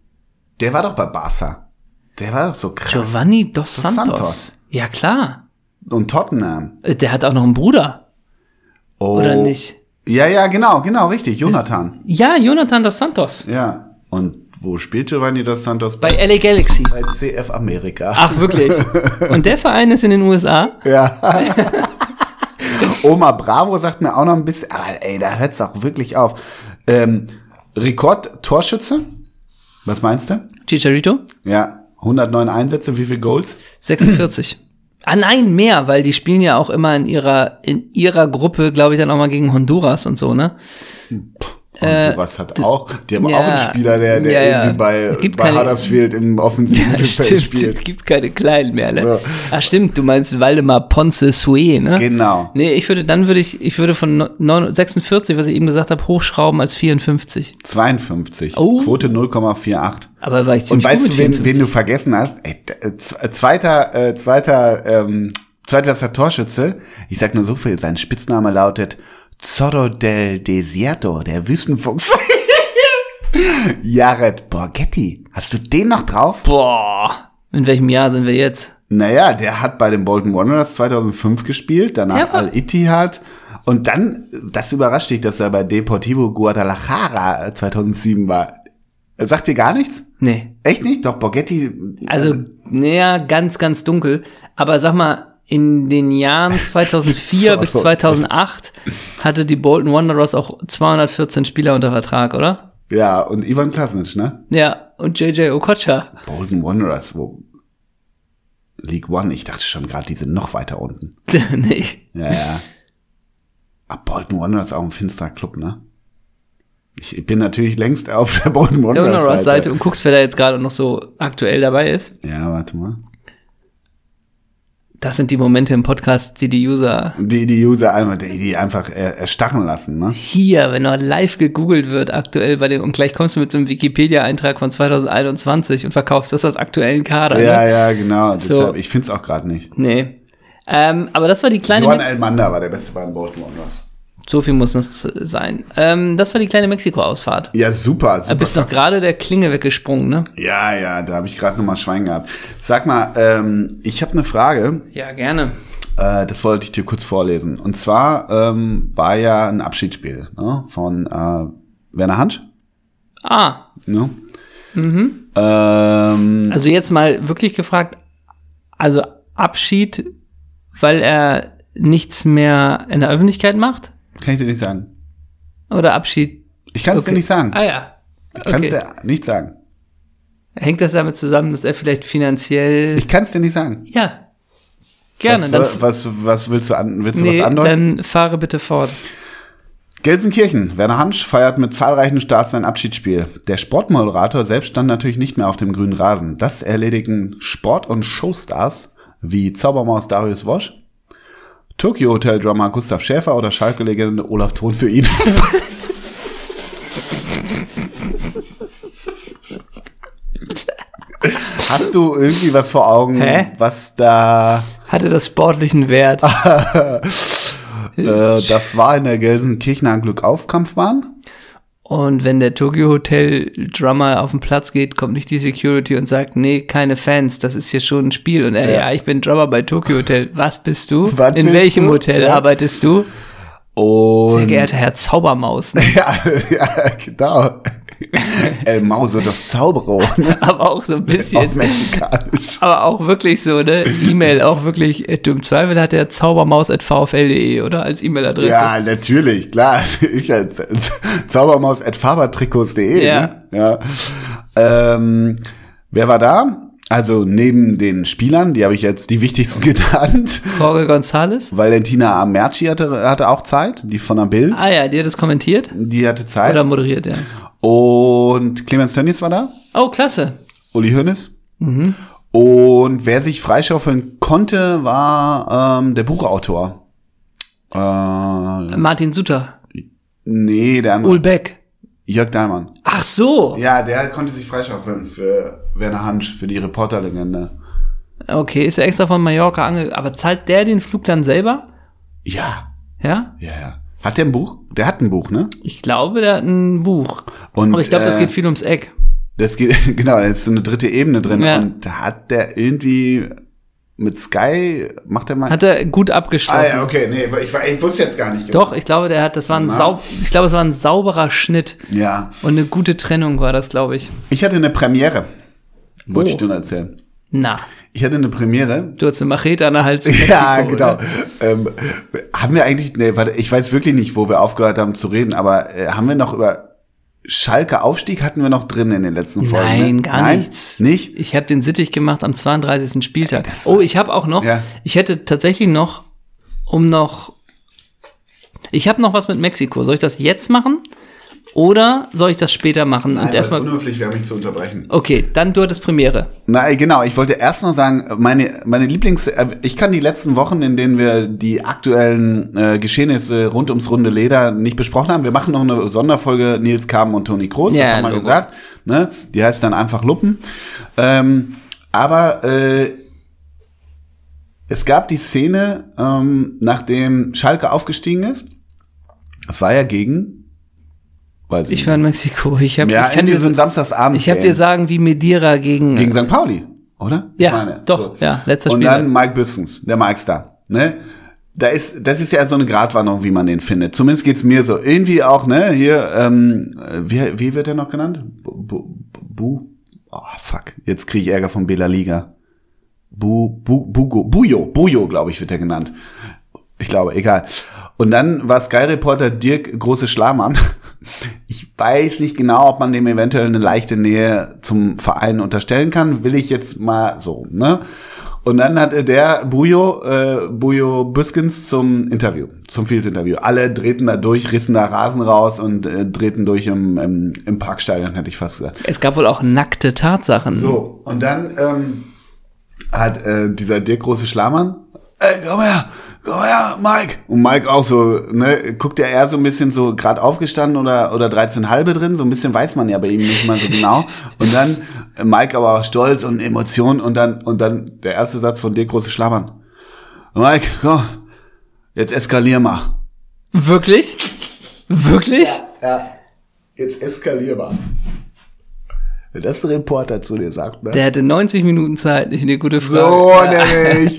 S2: Der war doch bei Barca. Der war doch so krass.
S1: Los, Giovanni dos
S2: Dos
S1: Santos.
S2: Santos.
S1: Ja, klar.
S2: Und Tottenham.
S1: Äh, Der hat auch noch einen Bruder,
S2: Oh.
S1: oder nicht?
S2: Ja, ja, genau, genau, richtig. Jonathan.
S1: Ja, Jonathan dos Santos.
S2: ja. Und wo spielt Giovanni dos Santos?
S1: Bei Ah. LA Galaxy.
S2: Bei CF Amerika.
S1: Ach, wirklich? Und der Verein ist in den USA?
S2: Ja. Oma Bravo sagt mir auch noch ein bisschen, aber ey, da hört's auch wirklich auf. Ähm, Rekord-Torschütze? Was meinst du?
S1: Chicharito?
S2: Ja, 109 Einsätze, wie viel Goals?
S1: 46. Ah nein, mehr, weil die spielen ja auch immer in ihrer, in ihrer Gruppe, glaube ich, dann auch mal gegen Honduras und so, ne?
S2: Und was hat auch, die haben
S1: Äh, ja,
S2: auch einen Spieler, der, der
S1: ja, ja.
S2: irgendwie
S1: Es
S2: bei,
S1: gibt
S2: bei
S1: keine-
S2: Huddersfield im offensiven
S1: Ja,
S2: Mittelfeld
S1: stimmt,
S2: spielt.
S1: es gibt keine Kleinen mehr, ne?
S2: Ja.
S1: Ach stimmt, du meinst Waldemar Ponce Sue, ne?
S2: Genau.
S1: Nee, ich würde, dann würde ich, ich würde von no- neun- 46, was ich eben gesagt habe, hochschrauben als 54.
S2: 52.
S1: Oh.
S2: Quote 0,48.
S1: Aber war ich
S2: Und
S1: ziemlich
S2: weißt
S1: gut
S2: du,
S1: mit
S2: wen, wen du vergessen hast? Ey, d- äh, z- äh, zweiter, äh, zweiter, ähm, zweitbester Torschütze. Ich sag nur so viel. Sein Spitzname lautet Zorro del Desierto, der Wüstenfuchs. Jared Borghetti. Hast du den noch drauf?
S1: Boah, in welchem Jahr sind wir jetzt?
S2: Naja, der hat bei den Bolton Wanderers 2005 gespielt, danach
S1: Der war-
S2: Al-Ittihad. Und dann, das überrascht dich, dass er bei Deportivo Guadalajara 2007 war. Sagt dir gar nichts?
S1: Nee.
S2: Echt nicht? Doch, Borghetti.
S1: Also, naja, ganz, ganz dunkel. Aber sag mal, in den Jahren 2004
S2: So,
S1: bis
S2: so.
S1: 2008 hatte die Bolton Wanderers auch 214 Spieler unter Vertrag, oder?
S2: Ja, und Ivan Klasnic, ne?
S1: Ja, und JJ Okocha.
S2: Bolton Wanderers, wo. League One, ich dachte schon gerade, die sind noch weiter unten.
S1: nee.
S2: Ja, ja. Aber Bolton Wanderers auch ein finsterer Club, ne? Ich bin natürlich längst auf der Bolton Wanderers
S1: Wanderers-Seite
S2: Seite.
S1: und guckst, wer da jetzt gerade noch so aktuell dabei ist.
S2: Ja, warte mal.
S1: Das sind die Momente im Podcast, die die User
S2: Die, die User einfach, die, die einfach äh, erstarren lassen, ne?
S1: hier, wenn noch live gegoogelt wird aktuell bei dem, und gleich kommst du mit so einem Wikipedia-Eintrag von 2021 und verkaufst das als aktuellen Kader.
S2: Ja,
S1: ne?
S2: ja, genau.
S1: So.
S2: Deshalb, ich find's auch gerade nicht.
S1: Nee. Ähm, aber das war die kleine
S2: Juan
S1: Me-
S2: Almanda war der beste bei den Baltimore Orioles.
S1: So viel muss es sein. Ähm, das war die kleine Mexiko-Ausfahrt.
S2: Ja, super. super
S1: Du bist noch gerade der Klinge weggesprungen, ne?
S2: Ja, ja, da habe ich gerade nochmal Schwein gehabt. Sag mal, ähm, ich habe eine Frage,
S1: Ja, gerne.
S2: äh, das wollte ich dir kurz vorlesen. Und zwar ähm, war ja ein Abschiedsspiel ne, von äh, Werner Hansch.
S1: Ah,
S2: Ne? Mhm. Ähm,
S1: also jetzt mal wirklich gefragt, also Abschied, weil er nichts mehr in der Öffentlichkeit macht?
S2: kann ich dir nicht sagen.
S1: Oder Abschied?
S2: Ich kann es dir nicht sagen.
S1: Ah ja.
S2: Ich kann es dir nicht sagen.
S1: Hängt das damit zusammen, dass er vielleicht finanziell.
S2: Ich kann es dir nicht sagen.
S1: ja. Gerne.
S2: was,
S1: dann,
S2: soll, was, was willst du an, willst du
S1: nee,
S2: was andeuten?
S1: dann fahre bitte fort.
S2: Gelsenkirchen. Werner Hansch feiert mit zahlreichen Starts sein Abschiedsspiel. Der Sportmoderator selbst stand natürlich nicht mehr auf dem grünen Rasen. Das erledigen Sport- und Showstars wie Zaubermaus Darius Wosch, Tokyo Hotel Drummer Gustav Schäfer oder Schalke-Legende Olaf Thon für ihn. Hast du irgendwie was vor Augen,
S1: Hä?
S2: was da
S1: Hatte das sportlichen Wert?
S2: äh, das war in der Gelsenkirchener Glückaufkampfbahn?
S1: Und wenn der Tokyo Hotel Drummer auf den Platz geht, kommt nicht die Security und sagt, nee, keine Fans, das ist hier schon ein Spiel. Und er, ja, ich bin Drummer bei Tokyo Hotel. Was bist du?
S2: Was
S1: In
S2: bist
S1: welchem
S2: du?
S1: Hotel
S2: Ja.
S1: arbeitest du?
S2: Und
S1: Sehr geehrter Herr Zaubermaus.
S2: Ja, ja genau. El Mauso, das Zauberer. Ne?
S1: aber auch so ein
S2: Auf
S1: bisschen.
S2: Mexikanisch.
S1: Aber auch wirklich so, ne? E-Mail auch wirklich. äh, Du im Zweifel hat der Zaubermaus.vfl.de, E, oder? Als E-Mail-Adresse.
S2: Ja, natürlich, klar. Ich als Zaubermaus at fabertrikots.de.
S1: Ja.
S2: Ne? Ja. Ähm, wer war da? Also neben den Spielern, die habe ich jetzt die wichtigsten genannt.
S1: Jorge González.
S2: Valentina Amerci hatte, hatte auch Zeit, die von der Bild,
S1: Ah ja, die hat das kommentiert
S2: die hatte Zeit.
S1: oder moderiert, ja.
S2: Und Clemens Tönnies war da.
S1: Oh, klasse.
S2: Uli Hoeneß.
S1: Mhm.
S2: Und wer sich freischaufeln konnte, war ähm, der Buchautor. Äh,
S1: Martin Suter.
S2: nee, der andere.
S1: Ul Beck.
S2: Jörg Dahlmann.
S1: Ach so.
S2: Ja, der konnte sich freischaufeln für Werner Hansch, für die Reporterlegende.
S1: Okay, ist er extra von Mallorca ange... Aber zahlt der den Flug dann selber?
S2: Ja,
S1: Ja?
S2: ja, ja. Hat der ein Buch? Der hat ein Buch, ne?
S1: Ich glaube, der hat ein Buch.
S2: Und,
S1: Aber ich glaube, das
S2: äh,
S1: geht viel ums Eck.
S2: Das geht, genau, da ist so eine dritte Ebene drin.
S1: Ja.
S2: Und da hat der irgendwie mit Sky, macht er mal.
S1: Hat er gut
S2: ah,
S1: abgeschlossen.
S2: ja, okay, nee, ich, war- ich wusste jetzt gar nicht.
S1: Doch, ich glaube, der hat, das war ein
S2: Na.
S1: sau, ich glaube, es war ein sauberer Schnitt
S2: Ja.
S1: und eine gute Trennung war das, glaube ich.
S2: Ich hatte eine Premiere. Wollte
S1: Oh.
S2: ich dir nur erzählen.
S1: Na,
S2: Ich hatte eine Premiere.
S1: du hast eine Machete an der Hals. in
S2: ja,
S1: Mexiko,
S2: genau.
S1: oder?
S2: Ähm, haben wir eigentlich, nee, warte, ich weiß wirklich nicht, wo wir aufgehört haben zu reden, aber äh, haben wir noch über Schalke Aufstieg hatten wir noch drin in den letzten Folgen?
S1: Nein,
S2: ne?
S1: gar
S2: Nein?
S1: nichts.
S2: Nicht?
S1: Ich habe den Sittig gemacht am 32. Spieltag.
S2: Ey, das war-
S1: oh, ich habe auch noch.
S2: Ja.
S1: Ich hätte tatsächlich noch, um noch. Ich habe noch was mit Mexiko. Soll ich das jetzt machen? Oder soll ich das später machen?
S2: Nein,
S1: und
S2: das ist
S1: erstmal.
S2: unhöflich wäre, mich zu unterbrechen.
S1: Okay, dann du hattest Premiere.
S2: Nein, genau. Ich wollte erst noch sagen, meine, meine Lieblings-, äh, ich kann die letzten Wochen, in denen wir die aktuellen äh, Geschehnisse rund ums runde Leder nicht besprochen haben, wir machen noch eine Sonderfolge Nils Kamen und Toni Kroos,
S1: Ja,
S2: das haben wir
S1: Logo.
S2: gesagt. Ne? Die heißt dann einfach Luppen. Ähm, aber äh, es gab die Szene, ähm, nachdem Schalke aufgestiegen ist. Das war ja gegen, weiß
S1: Ich war in Mexiko. Ich habe
S2: ja,
S1: ich
S2: in
S1: kann dir,
S2: diesem
S1: sa-
S2: Samstagsabend.
S1: ich hab dir sagen, wie Medira gegen.
S2: Gegen St. Pauli, oder?
S1: Ja,
S2: Ich
S1: doch, ja, letzter
S2: Und
S1: Spieltag.
S2: dann Mike Büssens, der Mike Star, ne? Da ist, das ist ja so eine Gratwanderung, wie man den findet. Zumindest geht's mir so. Irgendwie auch, ne? Hier, ähm, äh, wie, wie wird der noch genannt? Bu, bu, bu oh, fuck. Jetzt kriege ich Ärger von Bela Liga. Bu, bu, Bugo, Bujo, Bujo, glaube ich, wird er genannt. Ich glaube, egal. Und dann war Sky-Reporter Dirk Große Schlamann. Ich weiß nicht genau, ob man dem eventuell eine leichte Nähe zum Verein unterstellen kann. Will ich jetzt mal so, ne? Und dann hatte der Bujo, äh, Bujo Büskens zum Interview, zum Field-Interview. Alle drehten da durch, rissen da Rasen raus und äh, drehten durch im, im, im Parkstadion, hätte ich fast gesagt.
S1: Es gab wohl auch nackte Tatsachen.
S2: So, und dann ähm, hat äh, dieser Dirk große Schlamann ey, komm her, komm her, Mike. Und Mike auch so, ne, guckt ja eher so ein bisschen so gerade aufgestanden oder, oder 13 halbe drin, so ein bisschen weiß man ja bei ihm nicht mal so genau. Und dann äh, Mike aber auch stolz und Emotionen und dann, und dann der erste Satz von dir, große Schlabbern. Mike, komm, jetzt eskalier mal.
S1: Wirklich? Wirklich?
S2: Ja, jetzt eskalier mal. Wenn das ein Reporter zu dir sagt, ne?
S1: Der hätte 90 Minuten Zeit, nicht eine gute Frage.
S2: So nämlich.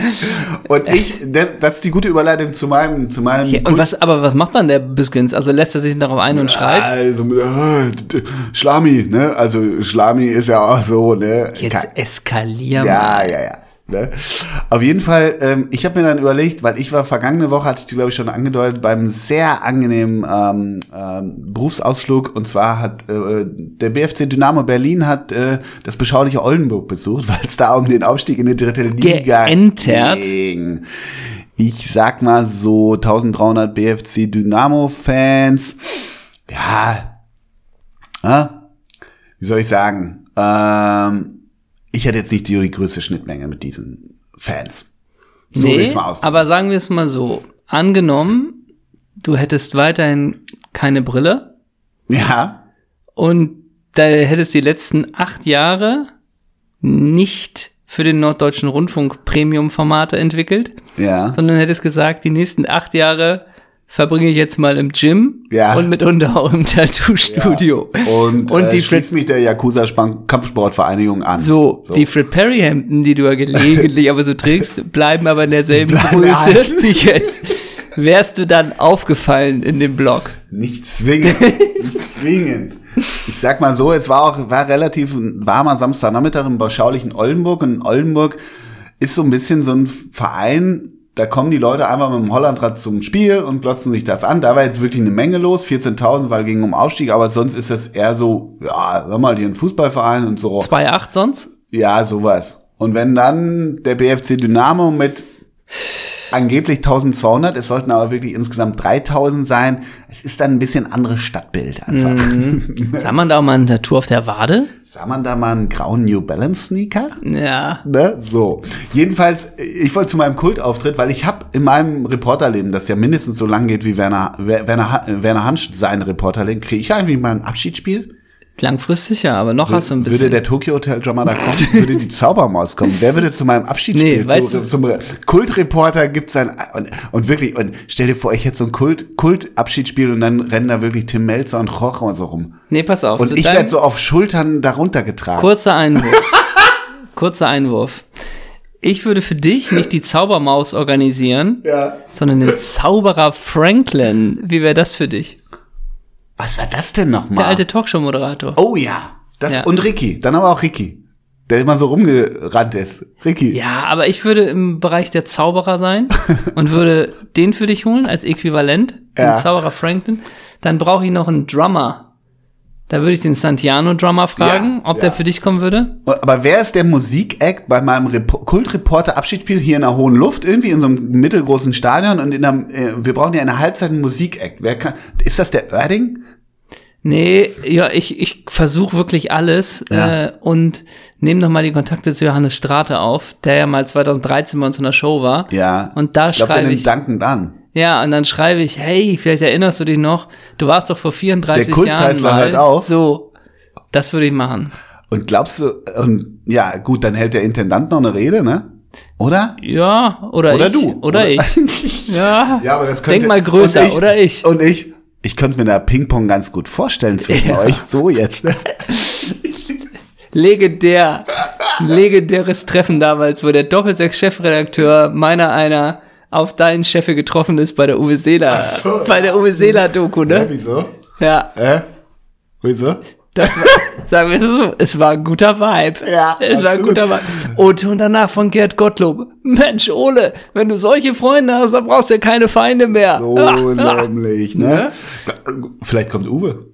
S2: Und ich, das, das ist die gute Überleitung zu meinem, zu meinem.
S1: Ja, und was, aber was macht dann der Biskins? Also lässt er sich darauf ein und schreit?
S2: Also, äh, d- d- Schlami, ne? Also, Schlami ist ja auch so, ne?
S1: Jetzt
S2: Kein-
S1: eskalieren.
S2: ja, ja, ja. Ne? Auf jeden Fall, ähm, ich habe mir dann überlegt, weil ich war vergangene Woche, hatte ich die glaube ich schon angedeutet, beim sehr angenehmen ähm, ähm, Berufsausflug und zwar hat äh, der BFC Dynamo Berlin hat äh, das beschauliche Oldenburg besucht, weil es da um den Aufstieg in die dritte Liga
S1: Geentert.
S2: ging. Ich sag mal so 1300 BFC Dynamo Fans. Ja, äh, wie soll ich sagen? Ähm, ich hatte jetzt nicht die, die größte Schnittmenge mit diesen Fans. So will
S1: nee,
S2: ich's mal ausdrücken.
S1: aber sagen wir es mal so. Angenommen, du hättest weiterhin keine Brille
S2: Ja,
S1: und da hättest die letzten acht Jahre nicht für den Norddeutschen Rundfunk Premium-Formate entwickelt,
S2: ja.
S1: sondern hättest gesagt, die nächsten acht Jahre verbringe ich jetzt mal im Gym
S2: Ja.
S1: und mitunter auch im Tattoo-Studio.
S2: Und,
S1: und
S2: äh,
S1: die Fred
S2: schließt mich der Yakuza-Kampfsportvereinigung an.
S1: So,
S2: So.
S1: die Fred Perry Hemden, die du ja gelegentlich aber so trägst, bleiben aber in derselben
S2: bleiben halt.
S1: Größe
S2: erhalten.
S1: wie jetzt. Wärst du dann aufgefallen in dem Blog?
S2: Nicht zwingend. nicht zwingend. Ich sag mal so, es war auch war relativ ein warmer Samstagnachmittag im beschaulichen Oldenburg. Und Oldenburg ist so ein bisschen so ein Verein, da kommen die Leute einfach mit dem Hollandrad zum Spiel und glotzen sich das an. Da war jetzt wirklich eine Menge los, 14.000, weil ging um Aufstieg, aber sonst ist das eher so, ja, sag mal, hier ein Fußballverein und so.
S1: 2,8 sonst?
S2: Ja, sowas. Und wenn dann der BFC Dynamo mit angeblich 1200, es sollten aber wirklich insgesamt 3000 sein, es ist dann ein bisschen anderes Stadtbild einfach.
S1: Sah man da auch mal ein Tattoo auf der Wade?
S2: Sah man da mal einen grauen New Balance Sneaker?
S1: Ja.
S2: Ne? So. Jedenfalls, ich wollte zu meinem Kultauftritt, weil ich habe in meinem Reporterleben, das ja mindestens so lang geht wie Werner, Wer- Werner, Ha- Werner Hansch sein Reporterleben, kriege ich eigentlich mal ein Abschiedsspiel?
S1: Langfristig ja, aber noch hast du ein
S2: Würde
S1: bisschen.
S2: der Tokyo Hotel Dramada kommen, würde die Zaubermaus kommen. Wer würde zu meinem Abschiedsspiel,
S1: Nee, weißt
S2: zu,
S1: du-
S2: zum Kultreporter gibt sein und, und wirklich, und stell dir vor, ich hätte so ein Kult, Kult-Abschiedsspiel und dann rennen da wirklich Tim Melzer und Roche und so rum.
S1: nee, pass auf.
S2: Und
S1: zu
S2: ich
S1: deinem-
S2: werde so auf Schultern darunter getragen.
S1: Kurzer Einwurf. Kurzer Einwurf. Ich würde für dich nicht die Zaubermaus organisieren,
S2: Ja.
S1: sondern den Zauberer Franklin. Wie wäre das für dich?
S2: Was war das denn
S1: Der
S2: nochmal?
S1: alte Talkshow-Moderator.
S2: Oh ja. Das,
S1: Ja.
S2: Und Ricky. Dann aber auch Ricky. Der immer so rumgerannt ist. Ricky.
S1: Ja, aber ich würde im Bereich der Zauberer sein und würde den für dich holen als Äquivalent, den
S2: Ja.
S1: Zauberer Franklin. Dann brauche ich noch einen Drummer. Da würde ich den Santiano-Drummer fragen,
S2: Ja,
S1: ob
S2: ja.
S1: der für dich kommen würde.
S2: Aber wer ist der Musikact bei meinem Repo- Kultreporter-Abschiedsspiel hier in der hohen Luft, irgendwie in so einem mittelgroßen Stadion und in einem, äh, wir brauchen ja in der Halbzeit einen Musikact. Wer kann, ist das der Oerding?
S1: Nee, ja, ich, ich versuche wirklich alles
S2: Ja.
S1: äh, und nehme nochmal die Kontakte zu Johannes Strate auf, der ja mal 2013 bei uns in der Show war.
S2: Ja.
S1: Und da
S2: ich glaub, der
S1: schreibe
S2: nimmt
S1: ich.
S2: dankend an.
S1: Ja, und dann schreibe ich, hey, vielleicht erinnerst du dich noch, du warst doch vor 34
S2: Der halt
S1: Jahren
S2: Kunstheißler
S1: mal.
S2: hört auf.
S1: So, das würde ich machen.
S2: Und glaubst du, und ja, gut, dann hält der Intendant noch eine Rede, ne? Oder?
S1: Ja, oder,
S2: Oder
S1: ich.
S2: du.
S1: Oder, ich. ja.
S2: Ja, aber das könnte.
S1: Denk mal größer,
S2: und ich,
S1: oder ich.
S2: Und ich. Ich könnte mir da Ping-Pong ganz gut vorstellen zwischen
S1: Ja.
S2: euch. So jetzt. Ne?
S1: Legendär. Legendäres Treffen damals, wo der Doppelsechs-Chefredakteur meiner einer auf deinen Chefe getroffen ist bei der Uwe Seeler.
S2: so,
S1: bei der Uwe Seeler-Doku, ne?
S2: wieso?
S1: Ja,
S2: Hä? Wieso?
S1: das war, sagen wir so, es war ein guter Vibe.
S2: Ja,
S1: es war ein
S2: absolut.
S1: guter Vibe. Und, und danach von Gerd Gottlob. Mensch, Ole, wenn du solche Freunde hast, dann brauchst du ja keine Feinde mehr.
S2: So nämlich, ne? Vielleicht kommt Uwe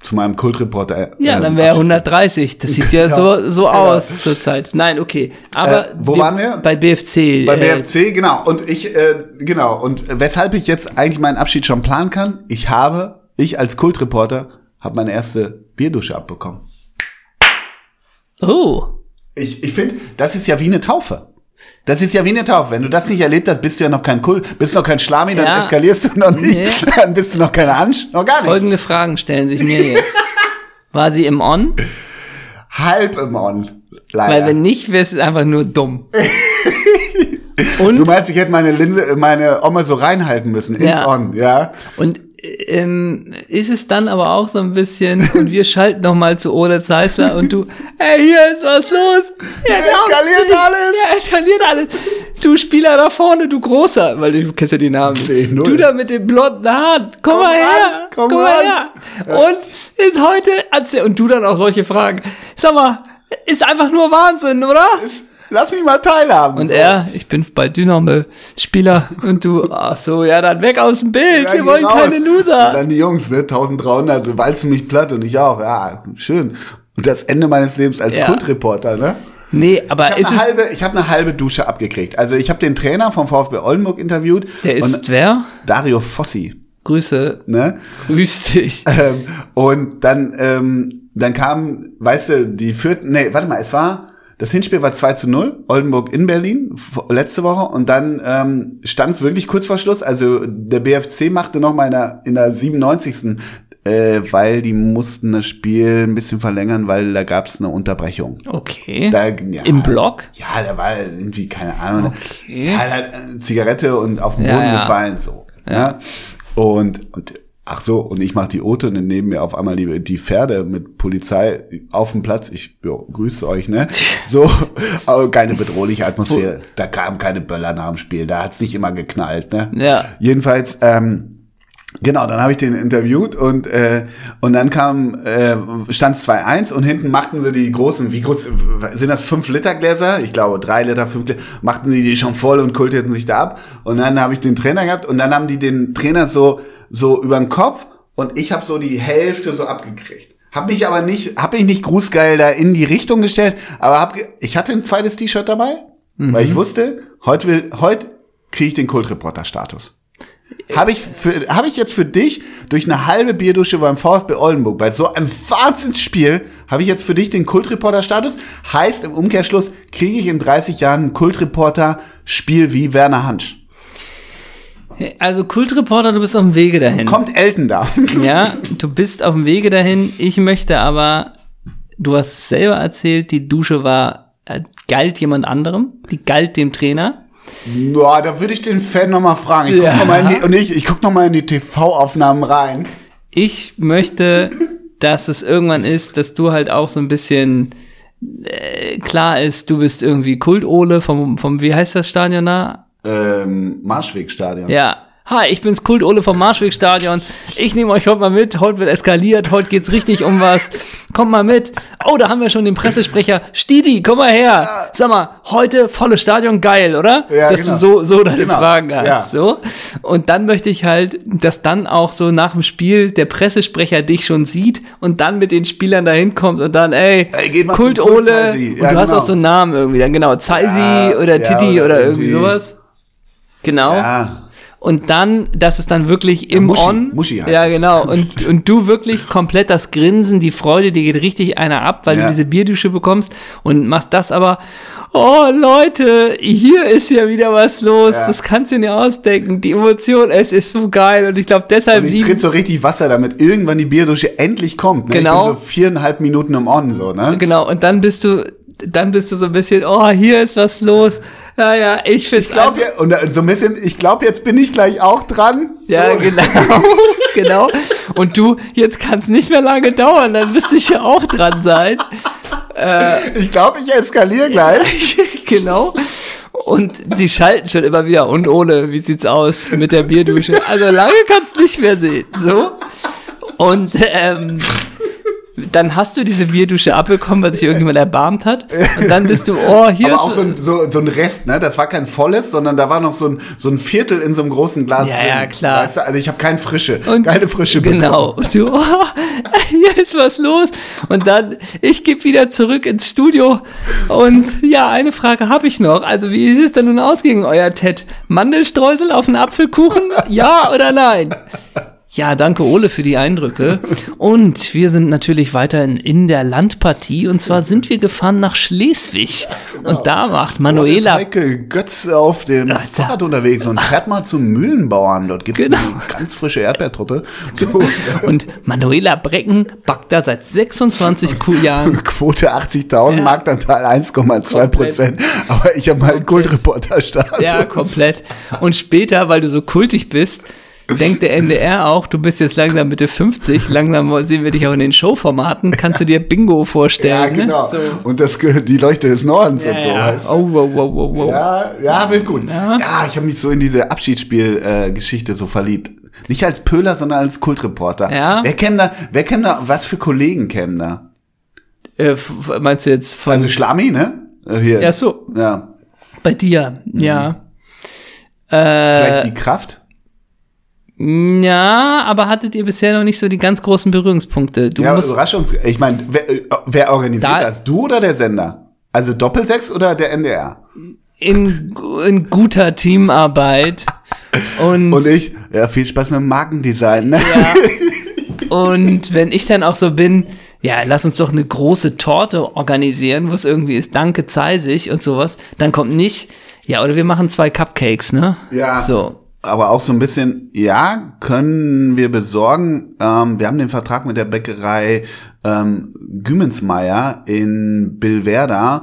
S2: zu meinem Kultreporter.
S1: Ja,
S2: ähm,
S1: dann wäre er
S2: Abschied.
S1: 130. Das sieht ja, so, so aus zurzeit. Nein, okay. Aber
S2: Äh, wo waren wir?
S1: Bei BFC.
S2: Bei
S1: äh,
S2: BFC, genau. Und ich, äh, genau. Und weshalb ich jetzt eigentlich meinen Abschied schon planen kann, ich habe, ich als Kultreporter, habe meine erste Bierdusche abbekommen.
S1: Oh.
S2: Ich, ich finde, das ist ja wie eine Taufe. Das ist ja wie eine Taufe. Wenn du das nicht erlebt hast, bist du ja noch kein Kult, bist noch kein Schlami, dann
S1: Ja.
S2: eskalierst du noch nicht,
S1: Nee.
S2: dann bist du noch keine Ansch, noch gar nichts.
S1: Folgende Fragen stellen sich mir jetzt. War sie im On?
S2: Halb im On, leider.
S1: Weil wenn nicht, wäre es einfach nur dumm.
S2: du
S1: Und,
S2: meinst, ich hätte meine Linse, äh, meine Oma so reinhalten müssen, ins
S1: Ja.
S2: On, ja?
S1: und ähm, ist es dann aber auch so ein bisschen, und wir schalten nochmal zu Ole Zeisler und du, ey, hier ist was los. Ja,
S2: Hier
S1: glaubt's
S2: eskaliert
S1: nicht.
S2: alles.
S1: Ja, eskaliert alles. Du Spieler da vorne, du Großer, weil du kennst ja die Namen.
S2: Nee, null.
S1: du da mit dem blonden Haaren, komm, mal
S2: ran,
S1: her,
S2: komm
S1: komm, mal
S2: ran.
S1: her. Und ist heute, erzähl- und du dann auch solche Fragen. Sag mal, ist einfach nur Wahnsinn, oder?
S2: Lass mich mal teilhaben.
S1: Und
S2: So.
S1: er, ich bin bei Dynamo Spieler und du, ach so, ja, dann weg aus dem Bild,
S2: Ja,
S1: wir
S2: geh
S1: wollen
S2: raus.
S1: keine
S2: Und
S1: Loser.
S2: dann die Jungs, ne? 1300, walzen mich platt und ich auch. Ja, schön. Und das Ende meines Lebens als
S1: Ja.
S2: Kultreporter, ne?
S1: Nee, aber
S2: Ich
S1: ist
S2: habe eine,
S1: es,
S2: halbe- ich hab eine halbe Dusche abgekriegt. Also ich habe den Trainer vom VfB Oldenburg interviewt.
S1: der
S2: und
S1: ist wer?
S2: Dario Fossi.
S1: Grüße,
S2: Ne?
S1: grüß dich.
S2: Ähm, und dann, ähm, dann kam, weißt du, die führten, nee, warte mal, es war, das Hinspiel war 2 zu 0, Oldenburg in Berlin, v- letzte Woche, und dann ähm, stand es wirklich kurz vor Schluss. Also der BFC machte noch mal in der, in der 97. Äh, weil die mussten das Spiel ein bisschen verlängern, weil da gab es eine Unterbrechung.
S1: Okay,
S2: Da, ja.
S1: im Block?
S2: Ja, da war irgendwie, keine Ahnung.
S1: Okay.
S2: Ja, da hat eine Zigarette und auf den
S1: Ja,
S2: Boden
S1: ja.
S2: gefallen, so. Ja. Und, und, ach so, und ich mache die Ote und dann neben mir auf einmal die, die Pferde mit Polizei auf dem Platz. Ich jo, grüße euch, ne? So, aber keine bedrohliche Atmosphäre. Da kamen keine Böller nach dem Spiel. Da hat's nicht immer geknallt, ne?
S1: Ja.
S2: Jedenfalls, ähm, Genau, dann habe ich den interviewt und äh, und dann kam äh, stand 2-1 und hinten machten sie die großen, wie groß sind das 5 Liter Gläser? Ich glaube 3 Liter, 5 Liter, machten sie die schon voll und kulteten sich da ab und dann habe ich den Trainer gehabt und dann haben die den Trainer so so über den Kopf und ich habe so die Hälfte so abgekriegt. Hab mich aber nicht hab mich nicht grußgeil da in die Richtung gestellt, aber hab ge- ich hatte ein zweites T-Shirt dabei, weil ich wusste, heute will heute kriege ich den Kultreporter Status. Habe ich, für- hab ich jetzt für dich durch eine halbe Bierdusche beim VfB Oldenburg, bei so einem Wahnsinnsspiel, habe ich jetzt für dich den Kultreporter-Status? Heißt im Umkehrschluss, kriege ich in 30 Jahren ein Kultreporter-Spiel wie Werner Hansch.
S1: Also Kultreporter, du bist auf dem Wege dahin.
S2: Kommt Elton da.
S1: Ja, du bist auf dem Wege dahin. Ich möchte aber, du hast es selber erzählt, die Dusche war, äh, galt jemand anderem, die galt dem Trainer.
S2: Boah, da würde ich den Fan nochmal fragen. Ich guck
S1: Ja.
S2: noch mal in die, und ich, ich guck nochmal in die TV-Aufnahmen rein.
S1: ich möchte, dass es irgendwann ist, dass du halt auch so ein bisschen äh, klar ist, du bist irgendwie Kult-Ole vom, vom, wie heißt das Stadion da?
S2: Ähm, Marschwegstadion.
S1: Ja. Hi, ich bin's Kult-Ole vom Marschwegstadion. Ich nehme euch heute mal mit. Heute wird eskaliert. Heute geht's richtig um was. Kommt mal mit. Oh, da haben wir schon den Pressesprecher. Stidi, komm mal her. Sag mal, heute volles Stadion, geil, oder?
S2: Ja,
S1: Dass
S2: genau.
S1: du so, so deine
S2: Genau.
S1: Fragen hast.
S2: Ja.
S1: So. Und dann möchte ich halt, dass dann auch so nach dem Spiel der Pressesprecher dich schon sieht und dann mit den Spielern dahin kommt und dann, ey,
S2: Ey, geht mal zum Kult,
S1: Kult-Ole.
S2: Zeisi.
S1: und
S2: Ja,
S1: du hast
S2: genau.
S1: auch so einen Namen irgendwie. Dann genau, Zeisi
S2: Ja,
S1: oder
S2: ja,
S1: Titi
S2: oder
S1: oder, irgendwie
S2: irgendwie.
S1: sowas. Genau.
S2: Ja.
S1: Und dann, dass es dann wirklich im
S2: Muschi.
S1: On.
S2: Muschi heißt
S1: ja,
S2: es.
S1: genau. Und, und du wirklich komplett das Grinsen, die Freude, dir geht richtig einer ab, weil
S2: Ja.
S1: du diese Bierdusche bekommst und machst das aber, oh Leute, hier ist ja wieder was los.
S2: Ja.
S1: Das kannst du dir nicht ausdenken. Die Emotion, es ist so geil. Und ich glaube, deshalb
S2: Und ich
S1: liegen-
S2: tritt so richtig Wasser, damit irgendwann die Bierdusche endlich kommt. Ne?
S1: Genau.
S2: Ich bin so viereinhalb Minuten im On, so, ne?
S1: Genau, und dann bist du, dann bist du so ein bisschen, oh, hier ist was los. Ja, ja, ich find's
S2: Ich glaube ja, und äh, so ein bisschen, ich glaube, jetzt bin ich gleich auch dran.
S1: Ja,
S2: so.
S1: genau, genau. Und du, jetzt kann es nicht mehr lange dauern, dann müsste ich ja auch dran sein.
S2: Ich glaube, ich eskaliere gleich.
S1: genau. Und sie schalten schon immer wieder. Und Ole, wie sieht's aus mit der Bierdusche? Also lange kannst nicht mehr sehen. So. Und ähm, dann hast du diese Bierdusche abbekommen, was sich irgendjemand erbarmt hat. Und dann bist du, oh, hier
S2: Aber
S1: ist
S2: auch so ein, so, so ein Rest, ne? Das war kein volles, sondern da war noch so ein, so ein Viertel in so einem großen Glas
S1: Ja,
S2: drin.
S1: ja, klar.
S2: Weißt du, also ich habe keine frische,
S1: Und-
S2: keine frische
S1: Genau.
S2: bekommen.
S1: Und du, oh, hier ist was los. Und dann, ich gebe wieder zurück ins Studio. Und ja, eine Frage habe ich noch. Also, wie ist es denn nun ausgegangen, euer Ted? Mandelstreusel auf einen Apfelkuchen? Ja oder nein? Ja, danke Ole für die Eindrücke. Und wir sind natürlich weiterhin in der Landpartie. Und zwar sind wir gefahren nach Schleswig. Und da macht
S2: Manuela.
S1: Manuela
S2: Heike Götz auf dem Fahrrad unterwegs und fährt mal zum Mühlenbauern. Dort gibt's
S1: Genau.
S2: eine ganz frische Erdbeertorte. So,
S1: und Manuela Brecken backt da seit 26 Ku- Jahren
S2: Quote 80.000,
S1: Ja.
S2: Marktanteil 1,2 Prozent. Aber ich habe mal einen Kultreporter-Status.
S1: Ja, komplett. Und später, weil du so kultig bist, denkt der NDR auch, du bist jetzt langsam Mitte 50, langsam sehen wir dich auch in den Showformaten, kannst du dir Bingo
S2: Ja,
S1: vorstellen.
S2: genau.
S1: Ne? So.
S2: Und das gehört die Leuchte des Nordens und so.
S1: Ja, ja.
S2: weißt du?
S1: Oh, wow, wow, wow, wow.
S2: Ja, ja, wird gut. Ja, ich habe mich so in diese Abschiedsspiel-Geschichte so verliebt. Nicht als Pöhler, sondern als Kultreporter.
S1: Ja.
S2: Wer käme da, wer käme da, was für Kollegen kämen da?
S1: Äh, f- f- meinst du jetzt von
S2: Also Schlammi, ne? Äh, Hier.
S1: Ja, so.
S2: Ja.
S1: bei dir? Ja. Äh,
S2: Vielleicht die Kraft?
S1: Mhm, Ja, aber hattet ihr bisher noch nicht so die ganz großen Berührungspunkte? Du
S2: Ja, also
S1: musst.
S2: Überraschungs. Ich meine, wer, äh, wer organisiert
S1: Da-
S2: das? Du oder der Sender? Also Doppelsechs oder der NDR?
S1: in, in guter Teamarbeit und,
S2: Und ich, ja, viel Spaß mit dem Markendesign. Ne?
S1: ja, und wenn ich dann auch so bin, ja, lass uns doch eine große Torte organisieren, wo es irgendwie ist, danke Zeisig und sowas, dann kommt nicht, ja, oder wir machen zwei Cupcakes, ne?
S2: Ja.
S1: So.
S2: Aber auch so ein bisschen, ja, können wir besorgen. Ähm, wir haben den Vertrag mit der Bäckerei ähm, Gümensmeier in Bilverda.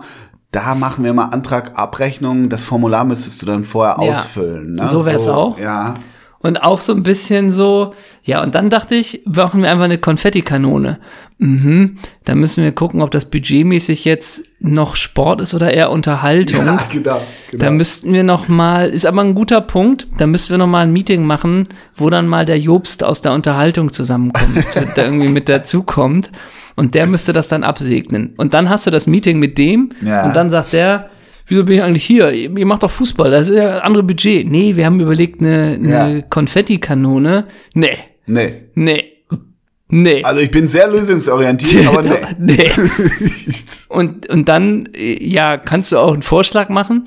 S2: Da machen wir mal Antrag Abrechnung. Das Formular müsstest du dann vorher
S1: Ja.
S2: ausfüllen. Ne?
S1: So wär's auch.
S2: Ja.
S1: Und auch so ein bisschen so, ja, und dann dachte ich, brauchen wir einfach eine Konfettikanone. Mhm, da müssen wir gucken, ob das budgetmäßig jetzt noch Sport ist oder eher Unterhaltung.
S2: ja, genau. genau.
S1: Da müssten wir noch mal, ist aber ein guter Punkt, da müssten wir noch mal ein Meeting machen, wo dann mal der Jobst aus der Unterhaltung zusammenkommt, da irgendwie mit dazukommt und der müsste das dann absegnen. Und dann hast du das Meeting mit dem
S2: Ja.
S1: und dann sagt der, wieso bin ich eigentlich hier? Ihr ihr macht doch Fußball, das ist ja ein anderes Budget. Nee, wir haben überlegt, eine, eine
S2: Ja.
S1: Konfettikanone. Nee,
S2: nee.
S1: nee, nee.
S2: Also ich bin sehr lösungsorientiert, Also, aber nee.
S1: nee. Und, und dann, äh, ja, kannst du auch einen Vorschlag machen?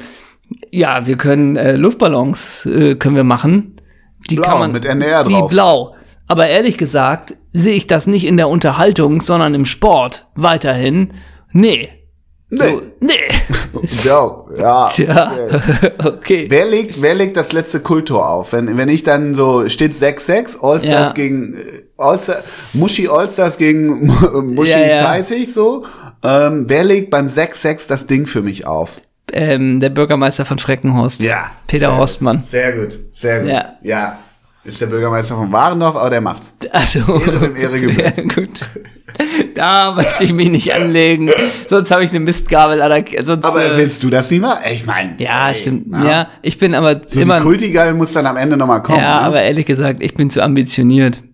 S1: Ja, wir können äh, Luftballons äh, können wir machen. Die
S2: Blau,
S1: kann man,
S2: mit NDR
S1: die
S2: drauf.
S1: blau. Aber ehrlich gesagt sehe ich das nicht in der Unterhaltung, sondern im Sport weiterhin. Nee. Nee. So, nee.
S2: ja, ja.
S1: Tja. okay.
S2: Wer legt, wer legt das letzte Kultor auf? Wenn, wenn ich dann so, steht 6-6, Allstars
S1: Ja.
S2: gegen, äh, Allstar, Muschi Allstars gegen Mu- Muschi
S1: Ja, ja.
S2: Zeissig so, ähm, wer legt beim 6-6 das Ding für mich auf?
S1: Ähm, der Bürgermeister von Freckenhorst.
S2: Ja.
S1: Peter Horstmann.
S2: Sehr gut, sehr gut.
S1: Ja.
S2: ja. Ist der Bürgermeister von Warendorf, aber der macht's.
S1: Also,
S2: wem Ehre gebührt.
S1: Ja, gut. Da möchte ich mich nicht anlegen. Sonst habe ich eine Mistgabel. an der- Sonst,
S2: Aber
S1: äh,
S2: willst du das nicht mal? Ich meine.
S1: Ja, stimmt. Ja. ich bin aber
S2: So
S1: immer.
S2: die Kultigal muss dann am Ende nochmal kommen.
S1: ja,
S2: ne?
S1: aber ehrlich gesagt, ich bin zu ambitioniert.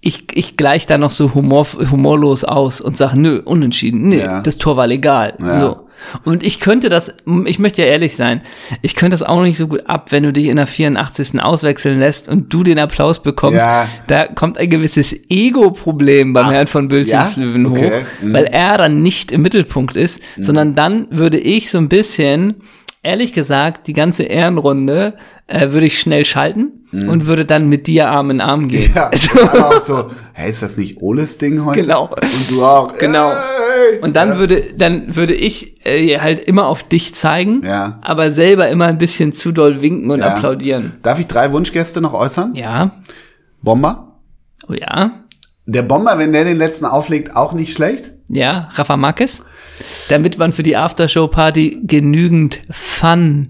S1: Ich, ich gleich da noch so humor, humorlos aus und sage, nö, unentschieden. Nee,
S2: Ja.
S1: das Tor war legal.
S2: Ja.
S1: So. Und ich könnte das, ich möchte ja ehrlich sein, ich könnte das auch nicht so gut ab, wenn du dich in der 84. auswechseln lässt und du den Applaus bekommst.
S2: Ja.
S1: Da kommt ein gewisses Ego-Problem beim Herrn von Bülzingslöwen
S2: ja? Mhm. Okay.
S1: hoch,
S2: Mhm.
S1: weil er dann nicht im Mittelpunkt ist, sondern dann würde ich so ein bisschen, ehrlich gesagt, die ganze Ehrenrunde äh, würde ich schnell schalten und würde dann mit dir Arm in Arm gehen.
S2: Mhm. Ja,
S1: Also,
S2: aber auch so, hey, ist das nicht Oles Ding heute?
S1: Genau.
S2: Und du auch.
S1: Genau.
S2: Ey.
S1: und dann würde, dann würde ich äh, halt immer auf dich zeigen,
S2: Ja.
S1: aber selber immer ein bisschen zu doll winken und
S2: Ja.
S1: applaudieren.
S2: Darf ich drei Wunschgäste noch äußern?
S1: Ja,
S2: Bomber.
S1: oh ja,
S2: Der Bomber, wenn der den letzten auflegt, auch nicht schlecht.
S1: ja, Rafa Marquez. Damit man für die Aftershow-Party genügend Fun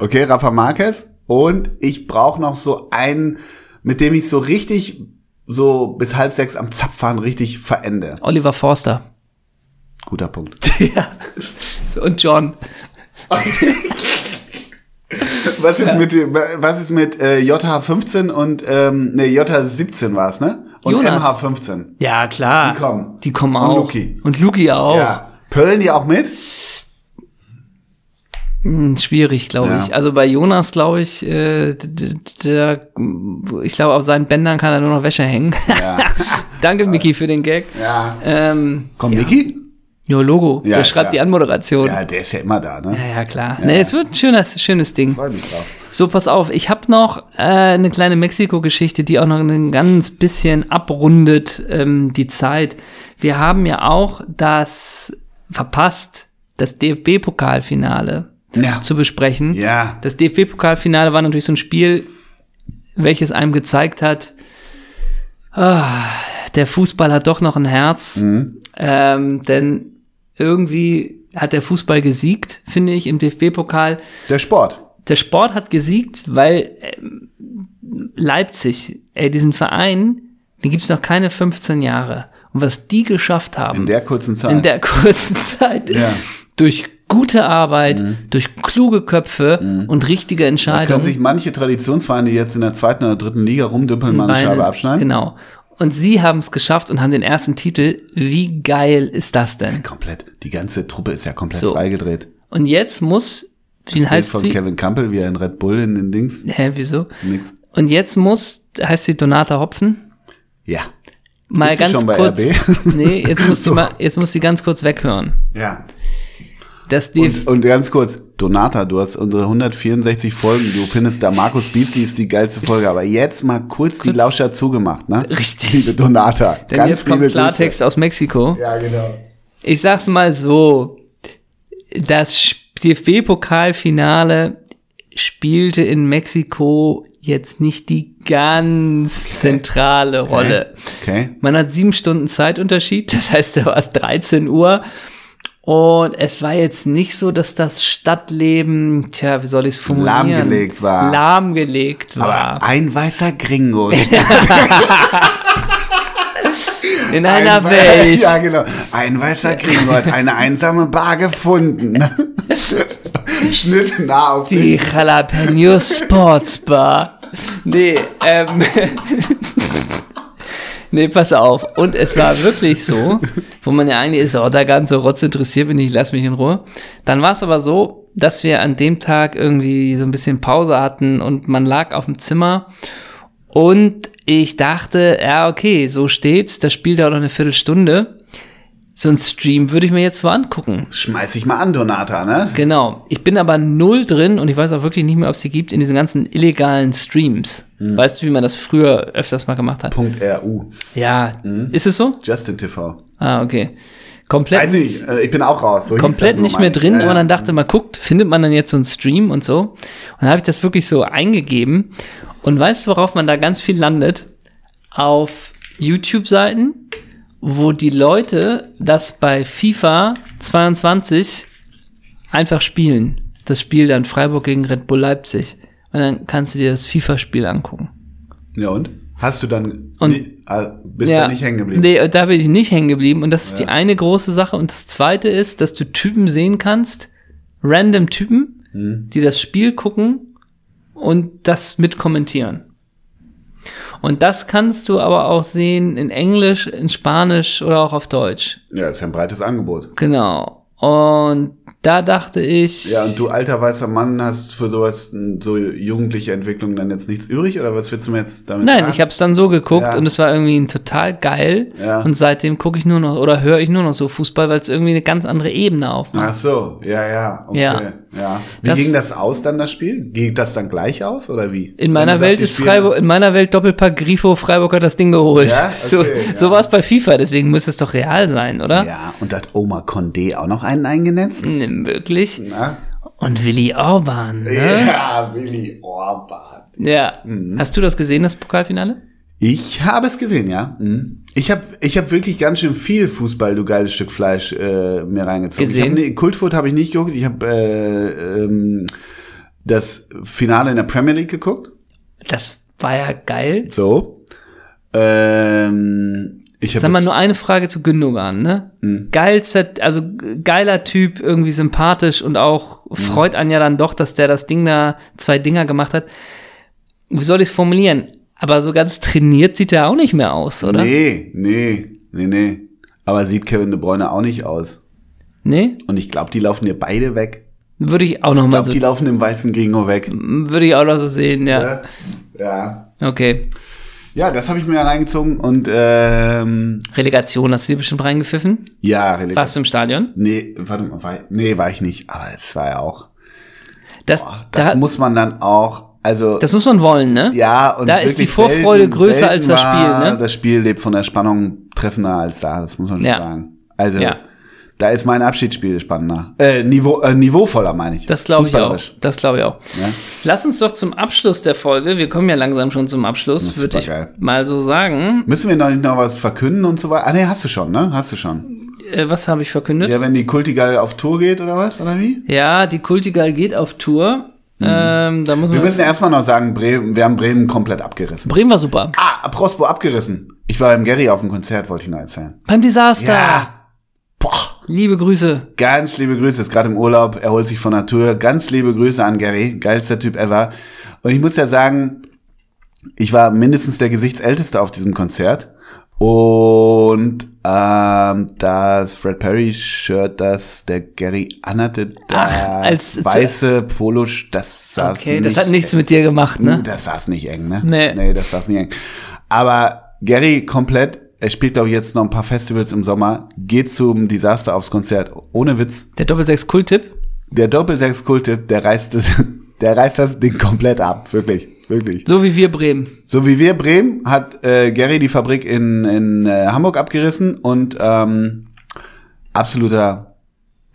S2: Okay, Rafa Marquez. Und ich brauche noch so einen, mit dem ich so richtig so bis halb sechs am Zapfhahn richtig verende.
S1: Oliver Forster.
S2: Guter Punkt.
S1: Ja. So, und John.
S2: Was ist mit dem- was ist mit äh, JH15 und ähm, nee, JH17 war es, ne? Und
S1: Jonas.
S2: MH15.
S1: Ja, klar.
S2: Die kommen.
S1: Die kommen
S2: Und
S1: auch.
S2: Luki.
S1: Und Luki auch.
S2: Ja. Pöllen die auch mit?
S1: Hm, schwierig, glaube
S2: Ja.
S1: ich. Also bei Jonas, glaube ich, äh, d- d- der, ich glaube, auf seinen Bändern kann er nur noch Wäsche hängen.
S2: Ja.
S1: Danke, Miki, für den Gag.
S2: ja.
S1: Ähm,
S2: Komm, Niki?
S1: jo, Logo.
S2: Ja,
S1: der schreibt
S2: klar.
S1: die Anmoderation. Ja,
S2: Ja, der ist ja immer da, ne?
S1: ja, klar. Nee, es wird ein schönes, schönes Ding.
S2: Freue mich drauf.
S1: So, pass auf, ich habe noch äh, eine kleine Mexiko-Geschichte, die auch noch ein ganz bisschen abrundet ähm, die Zeit. Wir haben ja auch das verpasst, das DFB-Pokalfinale
S2: Ja.
S1: zu besprechen.
S2: Ja.
S1: Das DFB-Pokalfinale war natürlich so ein Spiel, welches einem gezeigt hat, ah, der Fußball hat doch noch ein Herz.
S2: Mhm.
S1: Ähm, denn irgendwie hat der Fußball gesiegt, finde ich, im DFB-Pokal.
S2: Der Sport.
S1: Der Sport hat gesiegt, weil ähm, Leipzig, ey, diesen Verein, den gibt's noch keine 15 Jahre. Und was die geschafft haben
S2: In der kurzen Zeit.
S1: Mhm. in der kurzen Zeit
S2: Ja. Mhm.
S1: durch gute Arbeit, durch kluge Köpfe und richtige
S2: können sich
S1: Entscheidungen.
S2: manche Traditionsvereine jetzt in der zweiten oder dritten Liga rumdümpeln, mal eine
S1: Beine-
S2: Scheibe abschneiden.
S1: Genau. Und sie haben es geschafft und haben den ersten Titel. Wie geil ist das denn?
S2: Komplett. Die ganze Truppe ist ja komplett
S1: So.
S2: freigedreht.
S1: Und jetzt muss, wie
S2: Bild
S1: heißt
S2: von
S1: sie?
S2: Kevin Campbell, wie er in Red Bull in den Dings.
S1: Hä, wieso?
S2: Nix.
S1: Und jetzt muss, heißt sie Donata Hopfen?
S2: Ja.
S1: Mal
S2: Ist sie
S1: ganz
S2: schon bei
S1: kurz.
S2: RB?
S1: Nee, jetzt muss, sie mal, jetzt muss sie ganz kurz weghören.
S2: Ja.
S1: Das DFB
S2: Und, und ganz kurz, Donata, du hast unsere 164 Folgen, du findest da Markus Biesli ist die geilste Folge, aber jetzt mal kurz, die
S1: Kurz.
S2: Lauscher zugemacht, ne?
S1: Richtig.
S2: Liebe Donata,
S1: Denn
S2: ganz
S1: jetzt kommt
S2: liebe
S1: Klartext aus Mexiko.
S2: Grüße. Ja, genau.
S1: Ich sag's mal so. Das DFB-Pokalfinale spielte in Mexiko jetzt nicht die ganz zentrale Rolle.
S2: Okay.
S1: Man hat sieben Stunden Zeitunterschied, das heißt, da war es 13 Uhr. Und es war jetzt nicht so, dass das Stadtleben, tja, wie soll ich es formulieren?
S2: Lahmgelegt war.
S1: Lahmgelegt war.
S2: Aber ein weißer Gringo.
S1: in
S2: Ein
S1: einer
S2: wei-
S1: Welt.
S2: Ja, genau. Ein weißer Gringo hat eine einsame Bar gefunden. Schnitt nah auf
S1: Die Jalapeno Sports Bar. Nee, ähm. nee, pass auf. Und es war wirklich so, wo man ja eigentlich ist, oh, da ganz so rotz interessiert bin ich, lass mich in Ruhe. Dann war es aber so, dass wir an dem Tag irgendwie so ein bisschen Pause hatten und man lag auf dem Zimmer und ich dachte, ja, okay, so steht's, das Spiel dauert noch eine Viertelstunde. So einen Stream würde ich mir jetzt mal angucken.
S2: Schmeiß ich mal an, Donata, ne?
S1: Genau. Ich bin aber null drin und ich weiß auch wirklich nicht mehr, ob es die gibt in diesen ganzen illegalen Streams.
S2: Hm.
S1: Weißt du, wie man das früher öfters mal gemacht hat?
S2: Punkt .ru.
S1: Ja.
S2: Hm.
S1: Ist es so?
S2: Justin TV.
S1: Ah, okay. Komplett,
S2: Weiß ich nicht, äh, ich bin auch raus. So hieß das
S1: komplett
S2: nur
S1: nicht
S2: mal.
S1: mehr drin,
S2: Ja, ja.
S1: aber dann dachte man, guckt, findet man dann jetzt so einen Stream und so? Und dann habe ich das wirklich so eingegeben. Und weißt du, worauf man da ganz viel landet? Auf YouTube-Seiten, wo die Leute das bei FIFA 22 einfach spielen. Das Spiel dann Freiburg gegen Red Bull Leipzig. Und dann kannst du dir das FIFA-Spiel angucken.
S2: Ja, und? Hast du dann.
S1: Und-
S2: nie- ah, bist da nicht hängen geblieben?
S1: Nee, äh, da bin ich nicht hängen geblieben. Und das ist die eine große Sache. Und das zweite ist, dass du Typen sehen kannst, random Typen,
S2: Hm.
S1: die das Spiel gucken und das mitkommentieren. Und das kannst du aber auch sehen in Englisch, in Spanisch oder auch auf Deutsch.
S2: Ja, ist ja ein breites Angebot.
S1: Genau. Und da dachte ich.
S2: Ja, und du alter weißer Mann hast für sowas, m, so jugendliche Entwicklung dann jetzt nichts übrig? Oder was willst du mir jetzt damit
S1: Nein,
S2: sagen?
S1: ich habe es dann so geguckt
S2: Ja.
S1: und es war irgendwie total geil.
S2: Ja.
S1: Und seitdem gucke ich nur noch oder höre ich nur noch so Fußball, weil es irgendwie eine ganz andere Ebene aufmacht.
S2: Ach so, ja, ja, okay, ja.
S1: Ja.
S2: Wie
S1: Das-
S2: ging das aus dann, das Spiel? Ging das dann gleich aus oder wie?
S1: In
S2: Wenn du
S1: meiner
S2: sagst,
S1: Welt
S2: die
S1: ist
S2: spielen-
S1: Freiburg, in meiner Welt Doppelpack Grifo, Freiburg hat das Ding geholt.
S2: Ja? Okay,
S1: so
S2: ja.
S1: so war es bei FIFA, deswegen müsste es doch real sein, oder?
S2: Ja, und hat Oma Condé auch noch einen eingenetzt?
S1: Nimm Hm, Wirklich.
S2: Na?
S1: Und Willi Orban, ne?
S2: Ja, Mhm. Willi Orban.
S1: Ja. Hast du das gesehen, das Pokalfinale?
S2: Ich habe es gesehen, ja. Mhm. Ich habe ich hab wirklich ganz schön viel Fußball, du geiles Stück Fleisch, äh, mir reingezogen.
S1: Gesehen?
S2: Ich hab, nee, Kultfoot habe ich nicht geguckt. Ich habe äh, ähm, das Finale in der Premier League geguckt.
S1: Das war ja geil.
S2: So. Ähm, ich habe
S1: Sag mal, nur eine Frage zu Gündogan, ne?
S2: Mhm.
S1: Geilster, also geiler Typ, irgendwie sympathisch und auch
S2: Mhm.
S1: freut einen ja dann doch, dass der das Ding da, zwei Dinger gemacht hat. Wie soll ich es formulieren? Aber so ganz trainiert sieht er auch nicht mehr aus, oder?
S2: Nee, nee, nee, nee. Aber sieht Kevin De Bruyne auch nicht aus.
S1: nee?
S2: Und ich glaube, die laufen dir beide weg.
S1: Würde ich auch noch
S2: Ich
S1: mal
S2: glaube,
S1: so,
S2: die laufen dem weißen Gringo weg. Ne?
S1: würde ich auch noch so sehen, ja.
S2: Ja.
S1: Okay.
S2: Ja, das habe ich mir reingezogen und ähm,
S1: Relegation hast du dir bestimmt reingepfiffen?
S2: ja, Relegation.
S1: Warst du im Stadion?
S2: Nee, warte mal, war, nee, war ich nicht, aber es war ja auch.
S1: Das,
S2: Boah, das
S1: da,
S2: muss man dann auch, also
S1: das muss man wollen, ne?
S2: ja, und
S1: da ist
S2: wirklich
S1: die Vorfreude
S2: selten,
S1: größer
S2: selten
S1: als das Spiel,
S2: war-
S1: ne?
S2: Das Spiel lebt von der Spannung treffender als da, das muss man schon
S1: Ja.
S2: sagen. Also
S1: Ja.
S2: da ist mein Abschiedsspiel spannender, äh, Niveau, äh niveauvoller meine ich.
S1: Das glaube ich auch.
S2: Fußballerisch,
S1: Das glaube ich auch.
S2: Ne?
S1: Lass uns doch zum Abschluss der Folge, wir kommen ja langsam schon zum Abschluss,
S2: ist
S1: würde ich
S2: supergeil.
S1: mal so sagen.
S2: Müssen wir noch nicht noch was verkünden und so weiter? Ah, nee, hast du schon, ne? Hast du schon.
S1: Äh, was habe ich verkündet?
S2: Ja, wenn die Kultigal auf Tour geht oder was, oder wie?
S1: Ja, die Kultigal geht auf Tour. Ähm, da muss
S2: Mhm. Wir
S1: man.
S2: müssen erstmal noch sagen, Bremen, wir haben Bremen komplett abgerissen.
S1: Bremen war super.
S2: Ah, Prospo abgerissen. Ich war beim Gary auf dem Konzert, wollte ich noch erzählen.
S1: Beim Desaster.
S2: Ja. Boah.
S1: Liebe Grüße.
S2: Ganz liebe Grüße, ist gerade im Urlaub, erholt sich von der Tour. Ganz liebe Grüße an Gary, geilster Typ ever. Und ich muss ja sagen, ich war mindestens der Gesichtsälteste auf diesem Konzert. Und ähm, das Fred Perry-Shirt, das der Gary anhatte, das
S1: als-
S2: weiße Polo, das saß
S1: Okay, das
S2: nicht Mhm.
S1: hat nichts mit dir gemacht, ne?
S2: Das saß nicht eng, ne?
S1: Nee.
S2: Nee, das saß nicht eng. Aber Gary komplett, er spielt, glaube ich, jetzt noch ein paar Festivals im Sommer, geht zum Desaster aufs Konzert. Ohne Witz.
S1: Der Doppelsechs-Kulttipp.
S2: Der Doppelsechs-Kultipp, der reißt das, der reißt das Ding komplett ab. Wirklich. Wirklich.
S1: So wie wir Bremen.
S2: So wie wir Bremen hat äh, Gary die Fabrik in, in äh, Hamburg abgerissen und ähm, absoluter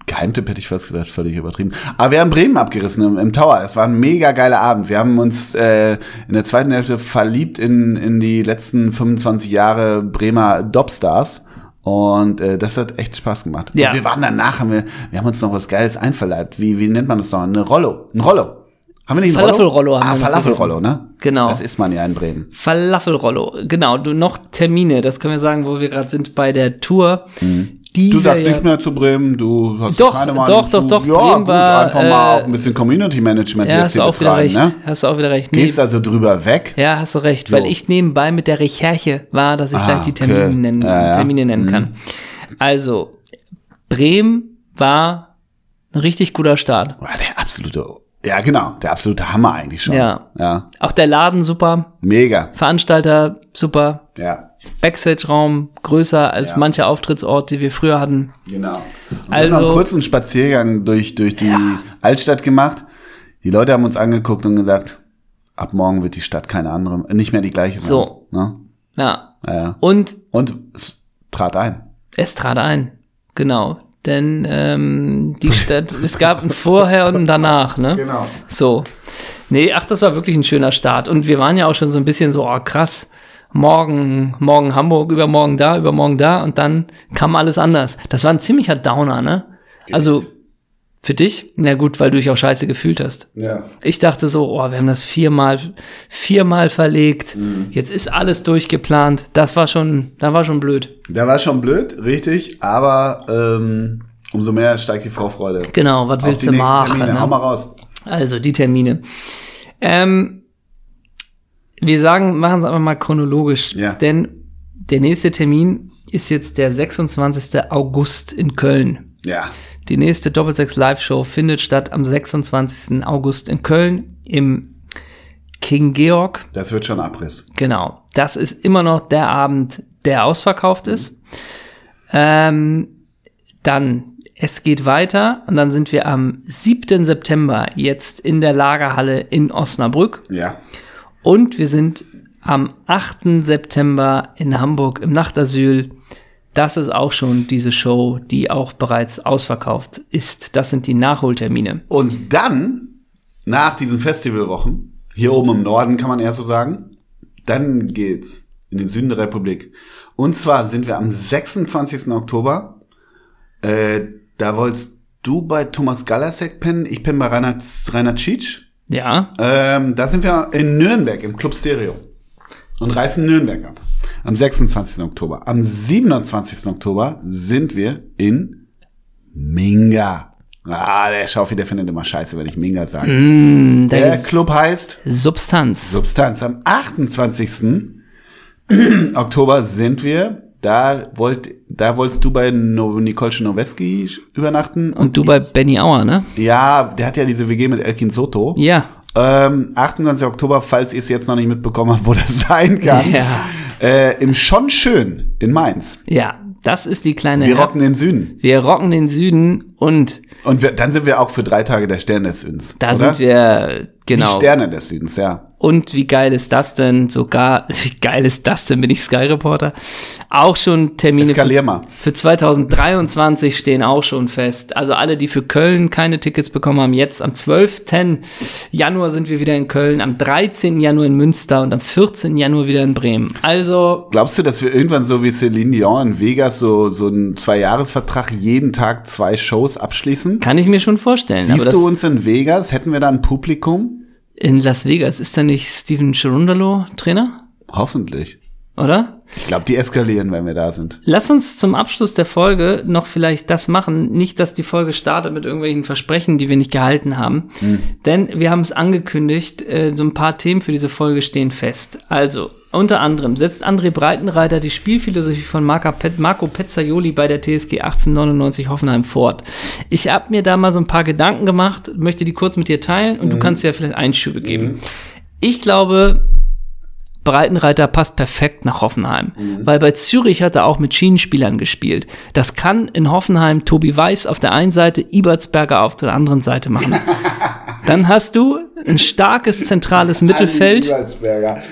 S2: Geheimtipp hätte ich fast gesagt, völlig übertrieben. Aber wir haben Bremen abgerissen im, im Tower. Es war ein mega geiler Abend. Wir haben uns äh, in der zweiten Hälfte verliebt in, in die letzten 25 Jahre Bremer Dopstars. Und äh, das hat echt Spaß gemacht.
S1: Ja.
S2: Und wir waren danach, haben wir, wir haben uns noch was Geiles einverleibt. Wie, wie nennt man das noch? Eine Rollo. Ein Rollo. Haben wir nicht ein
S1: Falafelrollo haben
S2: Ah,
S1: wir noch
S2: Falafelrollo, ne?
S1: Genau.
S2: Das ist man ja in Bremen.
S1: Falafelrollo. Genau, du noch Termine. Das können wir sagen, wo wir gerade sind bei der Tour. Die
S2: Mhm. Du
S1: wir
S2: sagst
S1: ja-
S2: nicht mehr zu Bremen, du hast
S1: Doch,
S2: keine Meinung
S1: doch,
S2: zu.
S1: doch, doch,
S2: Ja,
S1: Bremen
S2: gut,
S1: war,
S2: einfach mal
S1: äh,
S2: auch ein bisschen Community Management
S1: Ja, hast du auch wieder
S2: betreiben,
S1: recht.
S2: ne?
S1: Hast du auch wieder recht. Nee,
S2: Gehst also drüber weg.
S1: Ja, hast du recht,
S2: Jo.
S1: weil ich nebenbei mit der Recherche war, dass ich
S2: Ah,
S1: gleich die Termine
S2: okay.
S1: nennen,
S2: Ja, Mhm. ja.
S1: Termine nennen kann. Also, Bremen war ein richtig guter Start.
S2: Boah, der absolute, ja genau, der absolute Hammer eigentlich schon.
S1: Ja.
S2: Ja,
S1: Auch der Laden super,
S2: mega.
S1: Veranstalter super,
S2: Ja,
S1: Backstage-Raum größer als
S2: Ja.
S1: mancher Auftrittsorte, die wir früher hatten.
S2: genau. Und wir haben
S1: Also-
S2: noch einen kurzen Spaziergang durch, durch die Altstadt gemacht. Die Leute haben uns angeguckt und gesagt, ab morgen wird die Stadt keine andere, nicht mehr die gleiche sein.
S1: So.
S2: Ne?
S1: Ja.
S2: Ja, ja.
S1: Und
S2: Und es trat ein.
S1: es trat ein. Genau. Denn ähm, die Stadt, es gab ein Vorher und ein Danach, ne?
S2: Genau.
S1: So. Nee, ach, das war wirklich ein schöner Start. Und wir waren ja auch schon so ein bisschen so, oh krass, morgen, morgen Hamburg, übermorgen da, übermorgen da und dann kam alles anders. Das war ein ziemlicher Downer, ne? Also für dich? Na gut, weil du dich auch scheiße gefühlt hast.
S2: Ja.
S1: Ich dachte so, oh, wir haben das viermal, viermal verlegt. Jetzt ist alles durchgeplant. Das war schon, da war schon blöd.
S2: Da war schon blöd, richtig, aber ähm, umso mehr steigt die Vorfreude.
S1: Genau, was willst du machen?
S2: Termine, hau
S1: Ne?
S2: mal raus.
S1: Also die Termine. Ähm, wir sagen, machen es einfach mal chronologisch,
S2: Ja.
S1: denn der nächste Termin ist jetzt der 26. August in Köln.
S2: Ja,
S1: Die nächste Doppelsechs Live Show findet statt am 26. August in Köln im King Georg.
S2: das wird schon Abriss.
S1: Genau. Das ist immer noch der Abend, der ausverkauft ist. Ähm, dann, es geht weiter und dann sind wir am 7. September jetzt in der Lagerhalle in Osnabrück
S2: Ja.
S1: und wir sind am 8. September in Hamburg im Nachtasyl. Das ist auch schon diese Show, die auch bereits ausverkauft ist. Das sind die Nachholtermine.
S2: Und dann, nach diesen Festivalwochen, hier oben im Norden kann man eher so sagen, dann geht's in den Süden der Republik. Und zwar sind wir am 26. Oktober. Äh, da wolltest du bei Thomas Galasek pennen, ich penne bei Reinhard, Reinhard Tschitsch.
S1: Ja,
S2: Ähm, da sind wir in Nürnberg im Club Stereo und reißen Nürnberg ab. Am 26. Oktober. Am 27. Oktober sind wir in Minga. Ah, der Schaufi, der findet immer scheiße, wenn ich Minga sage.
S1: da
S2: der
S1: Mm, ist
S2: Club heißt
S1: Substanz.
S2: Substanz. Am 28. Oktober sind wir. Da, wollt, da wolltest du bei no Nikolsche Noweski übernachten.
S1: und du bei Benny Auer, ne?
S2: Ja, der hat ja diese WG mit Elkin Soto.
S1: Ja.
S2: Ähm, 28. Oktober, falls ihr es jetzt noch nicht mitbekommen habt, wo das sein kann.
S1: Ja.
S2: Äh, Im Schon Schön in Mainz.
S1: Ja, das ist die kleine
S2: Wir
S1: Her-
S2: rocken den Süden.
S1: Wir rocken den Süden Und
S2: Und wir, dann sind wir auch für drei Tage der Stern des Südens.
S1: da
S2: oder?
S1: sind wir,
S2: Die
S1: genau.
S2: Sterne des Südens, ja.
S1: Und wie geil ist das denn? Sogar, wie geil ist das denn? Bin ich Sky-Reporter? Auch schon Termine für,
S2: Eskalier mal.
S1: für 2023 stehen auch schon fest. Also alle, die für Köln keine Tickets bekommen haben, jetzt am 12. Januar sind wir wieder in Köln, am 13. Januar in Münster und am 14. Januar wieder in Bremen. Also,
S2: Glaubst du, dass wir irgendwann so wie Celine Dion in Vegas so, so einen Zwei-Jahres-Vertrag jeden Tag zwei Shows abschließen?
S1: kann ich mir schon vorstellen.
S2: Siehst
S1: das
S2: du uns in Vegas? Hätten wir da ein Publikum?
S1: in Las Vegas, ist da nicht Steven Cherundolo Trainer?
S2: Hoffentlich.
S1: Oder?
S2: Ich glaube, die eskalieren, wenn wir da sind.
S1: Lass uns zum Abschluss der Folge noch vielleicht das machen. Nicht, dass die Folge startet mit irgendwelchen Versprechen, die wir nicht gehalten haben. Denn wir haben es angekündigt, äh, so ein paar Themen für diese Folge stehen fest. Also, unter anderem setzt André Breitenreiter die Spielphilosophie von Marco, Pet Marco Pezzaioli bei der TSG 1899 Hoffenheim fort. Ich habe mir da mal so ein paar Gedanken gemacht, möchte die kurz mit dir teilen und du kannst dir ja vielleicht Einschübe geben. Ich glaube, Breitenreiter passt perfekt nach Hoffenheim, weil bei Zürich hat er auch mit Schienenspielern gespielt. Das kann in Hoffenheim Tobi Weiß auf der einen Seite, Ibertsberger auf der anderen Seite machen. Dann hast du ein starkes zentrales Mittelfeld.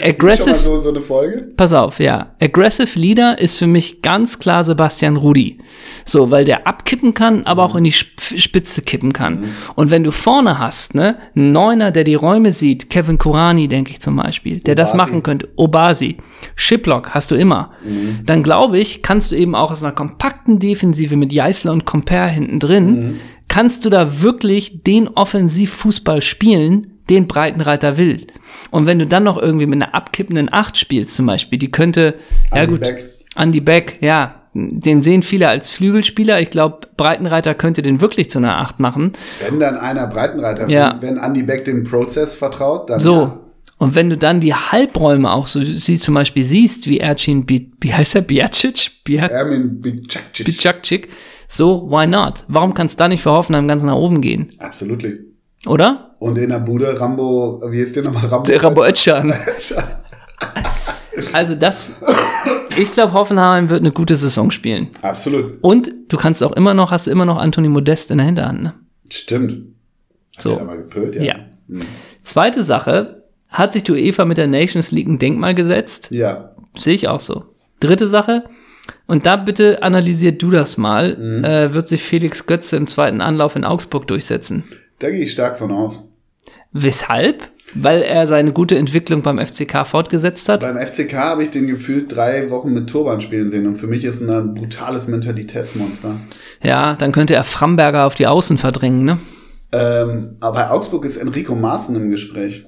S1: Aggressive- Schon mal
S2: So, so eine Folge?
S1: Pass auf, ja. Aggressive Leader ist für mich ganz klar Sebastian Rudi. So, weil der abkippen kann, aber auch in die Sp- Spitze kippen kann. Und wenn du vorne hast, ne, einen Neuner, der die Räume sieht, Kevin Kurani, denke ich zum Beispiel, der das machen könnte, Obasi, Shiplock hast du immer, dann glaube ich, kannst du eben auch aus einer kompakten Defensive mit Jeißler und Comper hinten drin, kannst du da wirklich den Offensivfußball spielen, den Breitenreiter will. Und wenn du dann noch irgendwie mit einer abkippenden Acht spielst, zum Beispiel, die könnte, ja
S2: Andy
S1: gut,
S2: Beck.
S1: Andy Beck, ja, den sehen viele als Flügelspieler. Ich glaube, Breitenreiter könnte den wirklich zu einer Acht machen.
S2: Wenn dann einer Breitenreiter,
S1: Ja.
S2: wenn Andy Beck dem Prozess vertraut, dann
S1: So. Und wenn du dann die Halbräume auch so sie zum Beispiel siehst, wie Ercin, Bi- wie heißt er, Biacic? Bia-
S2: Ermin Bicakcic.
S1: Bicacic, so, why not? Warum kannst da nicht für Hoffenheim ganz nach oben gehen?
S2: Absolut.
S1: Oder?
S2: Und in der Bude Rambo, wie ist der nochmal? Rambo.
S1: Der Rambo Özcan. Also das, ich glaube, Hoffenheim wird eine gute Saison spielen.
S2: Absolut.
S1: Und du kannst auch immer noch, hast du immer noch Anthony Modest in der Hinterhand. Ne?
S2: Stimmt. Hat
S1: So.
S2: der da mal gepölt, ja.
S1: Ja. Zweite Sache, hat sich die UEFA mit der Nations League ein Denkmal gesetzt?
S2: Ja.
S1: Sehe ich auch so. Dritte Sache, und da bitte analysiert du das mal,
S2: Mhm.
S1: äh, wird sich Felix Götze im zweiten Anlauf in Augsburg durchsetzen?
S2: Da gehe ich stark von aus.
S1: Weshalb? Weil er seine gute Entwicklung beim FCK fortgesetzt hat?
S2: Beim FCK habe ich den gefühlt drei Wochen mit Turban spielen sehen und für mich ist er ein brutales Mentalitätsmonster.
S1: Ja, dann könnte er Framberger auf die Außen verdrängen, ne?
S2: Ähm, aber bei Augsburg ist Enrico Maaßen im Gespräch.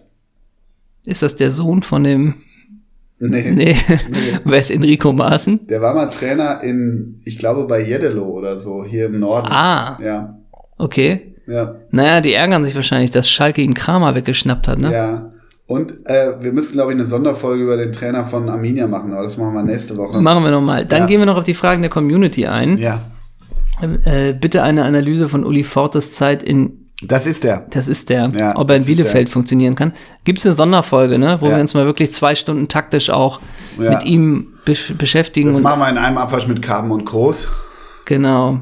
S1: Ist das der Sohn von dem.
S2: Nee.
S1: Nee. Wer ist Enrico Maaßen?
S2: Der war mal Trainer in, ich glaube, bei Jeddelo oder so, hier im Norden.
S1: Ah,
S2: Ja,
S1: okay.
S2: ja,
S1: Naja, die ärgern sich wahrscheinlich, dass Schalke ihn Kramer weggeschnappt hat, ne?
S2: ja. Und äh, wir müssen, glaube ich, eine Sonderfolge über den Trainer von Arminia machen, aber das machen wir nächste Woche.
S1: Machen wir nochmal. Dann gehen wir noch auf die Fragen der Community ein.
S2: ja,
S1: Äh, bitte eine Analyse von Uli Fortes Zeit in,
S2: das ist der.
S1: das ist der,
S2: Ja,
S1: ob er in
S2: das ist
S1: Bielefeld funktionieren kann. Gibt es eine Sonderfolge, ne? Wo
S2: Ja.
S1: wir uns mal wirklich zwei Stunden taktisch auch
S2: Ja.
S1: mit ihm besch- beschäftigen
S2: Das
S1: und
S2: machen wir in einem Abwasch mit Karben und Groß.
S1: Genau.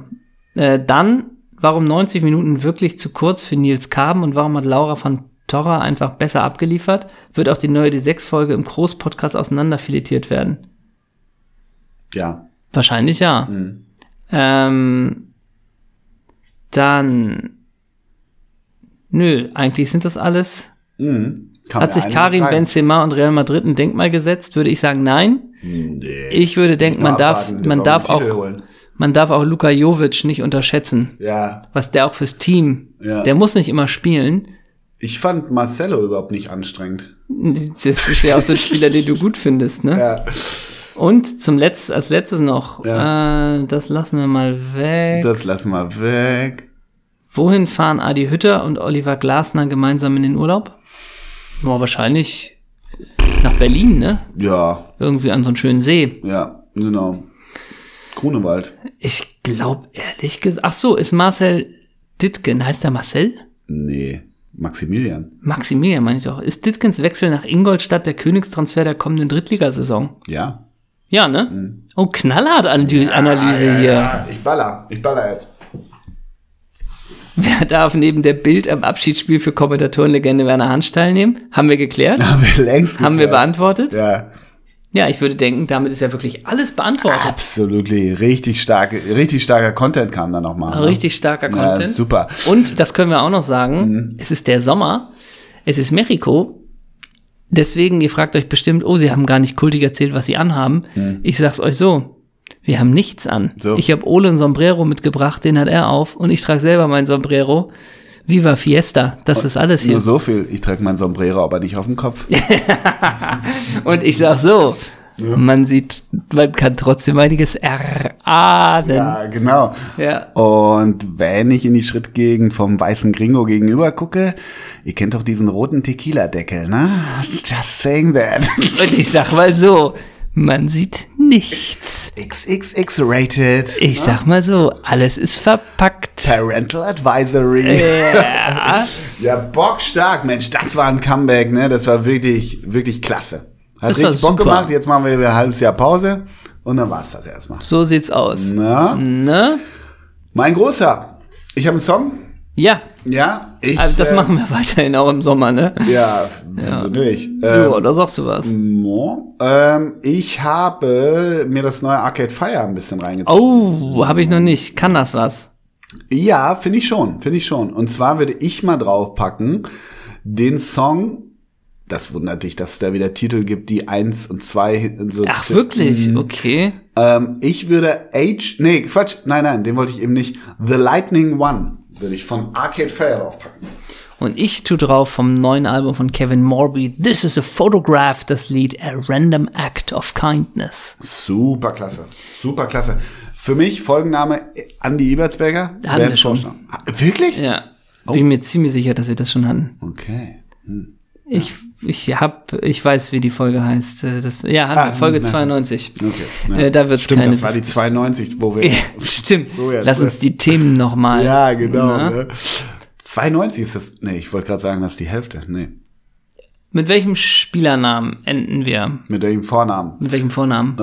S1: Äh, dann, warum 90 Minuten wirklich zu kurz für Nils Kaben und warum hat Laura von Torra einfach besser abgeliefert? Wird auch die neue D6-Folge im Groß-Podcast auseinanderfiletiert werden?
S2: Ja.
S1: Wahrscheinlich ja.
S2: Hm.
S1: Ähm, dann. Nö, eigentlich sind das alles.
S2: Mhm. Kann
S1: Hat
S2: man
S1: sich
S2: einiges
S1: Karim
S2: sagen.
S1: Benzema und Real Madrid ein Denkmal gesetzt? Würde ich sagen, nein.
S2: Mhm, Nee.
S1: Ich würde denken, man
S2: Nur
S1: darf,
S2: abwarten,
S1: man
S2: wir
S1: darf
S2: wollen den Titel
S1: auch,
S2: Holen.
S1: man darf auch Luka Jovic nicht unterschätzen.
S2: Ja,
S1: was der auch fürs Team,
S2: Ja.
S1: der muss nicht immer spielen.
S2: ich fand Marcelo überhaupt nicht anstrengend.
S1: Das ist ja auch so ein Spieler, den du gut findest, ne?
S2: Ja,
S1: Und zum letzten, als letztes noch, äh, das lassen wir mal weg.
S2: das lassen wir weg.
S1: Wohin fahren Adi Hütter und Oliver Glasner gemeinsam in den Urlaub? Boah, wahrscheinlich nach Berlin, ne?
S2: Ja,
S1: Irgendwie an so einen schönen See.
S2: ja, genau. Grunewald.
S1: Ich glaube ehrlich gesagt, ach so, ist Marcel Ditken, heißt der Marcel?
S2: Nee, Maximilian.
S1: Maximilian meine ich doch. Ist Ditkens Wechsel nach Ingolstadt der Königstransfer der kommenden Drittligasaison?
S2: Ja.
S1: Ja, ne? Oh, knallhart Analyse hier.
S2: Ich baller, ich baller jetzt.
S1: Wer darf neben der Bild am Abschiedsspiel für Kommentatorenlegende Werner Hansch teilnehmen? Haben wir geklärt?
S2: Haben wir längst
S1: Haben wir beantwortet?
S2: Ja,
S1: Ja, ich würde denken, damit ist ja wirklich alles beantwortet.
S2: absolut. Richtig, starke, richtig starker Content kam da nochmal. ne?
S1: Richtig starker
S2: Ja,
S1: Content.
S2: super. Mhm.
S1: Und das können wir auch noch sagen, es ist der Sommer, es ist Mexiko. Deswegen, ihr fragt euch bestimmt, oh, sie haben gar nicht kultig erzählt, was sie anhaben. Ich sag's euch so, wir haben nichts an.
S2: Mhm. So.
S1: Ich habe Ole ein Sombrero mitgebracht, den hat er auf und ich trage selber mein Sombrero. Viva Fiesta, das ist alles
S2: Nur
S1: hier.
S2: so viel. Ich trage mein Sombrero, aber nicht auf dem Kopf.
S1: Und ich sag so, man sieht, man kann trotzdem einiges erahnen.
S2: Ja, genau.
S1: Ja.
S2: Und wenn ich in die Schrittgegend vom weißen Gringo gegenüber gucke, ihr kennt doch diesen roten Tequila-Deckel, ne? Just saying that.
S1: Und ich sag mal so, man sieht nichts.
S2: XXX-rated.
S1: Ich sag mal so, alles ist verpackt.
S2: Parental Advisory.
S1: Ja.
S2: Ja, bockstark, Mensch, das war ein Comeback, ne? Das war wirklich, wirklich klasse. Hat
S1: Das war
S2: richtig Bock
S1: super.
S2: gemacht. Jetzt machen wir wieder ein halbes Jahr Pause und dann war's das erstmal.
S1: So sieht's aus.
S2: Na,
S1: Ne?
S2: mein Großer, ich habe einen Song.
S1: Ja,
S2: Ja, ich.
S1: also das
S2: äh,
S1: machen wir weiterhin auch im Sommer, ne?
S2: Ja, wieso nicht?
S1: Ja, Mhm.
S2: Ähm,
S1: oder sagst du was?
S2: no. ähm, ich habe mir das neue Arcade Fire ein bisschen reingezogen.
S1: Oh, habe ich noch nicht. Kann das was?
S2: Ja, finde ich schon, finde ich schon. Und zwar würde ich mal draufpacken, den Song, das wundert dich, dass es da wieder Titel gibt, die eins und zwei so. Mhm.
S1: Ach, wirklich? Okay.
S2: Ähm, ich würde H, nee, Quatsch, nein, nein, den wollte ich eben nicht. The Lightning One würde ich von Arcade Fire draufpacken.
S1: Und ich tu drauf vom neuen Album von Kevin Morby, This is a Photograph, das Lied A Random Act of Kindness.
S2: Super klasse. Super klasse. Für mich Folgenname Andi Ebertsberger.
S1: Hatten
S2: Bernd
S1: wir schon.
S2: Forschner. Ah, Wirklich?
S1: Ja, bin mir ziemlich sicher, dass wir das schon hatten.
S2: Okay.
S1: Ich, ich hab, ich weiß, wie die Folge heißt. Äh, Das, ja, hatten wir, Folge
S2: na.
S1: 92.
S2: okay.
S1: Äh, da wird's
S2: Stimmt,
S1: keine
S2: das war die
S1: Diskussion.
S2: 92, wo wir.
S1: Ja, Stimmt.
S2: So, ja,
S1: Lass
S2: das-
S1: uns die Themen nochmal.
S2: ja, genau. Ne? 92 ist das. Nee, ich wollte gerade sagen, das ist die Hälfte. Nee.
S1: Mit welchem Spielernamen enden wir?
S2: Mit dem Vornamen.
S1: Mit welchem Vornamen?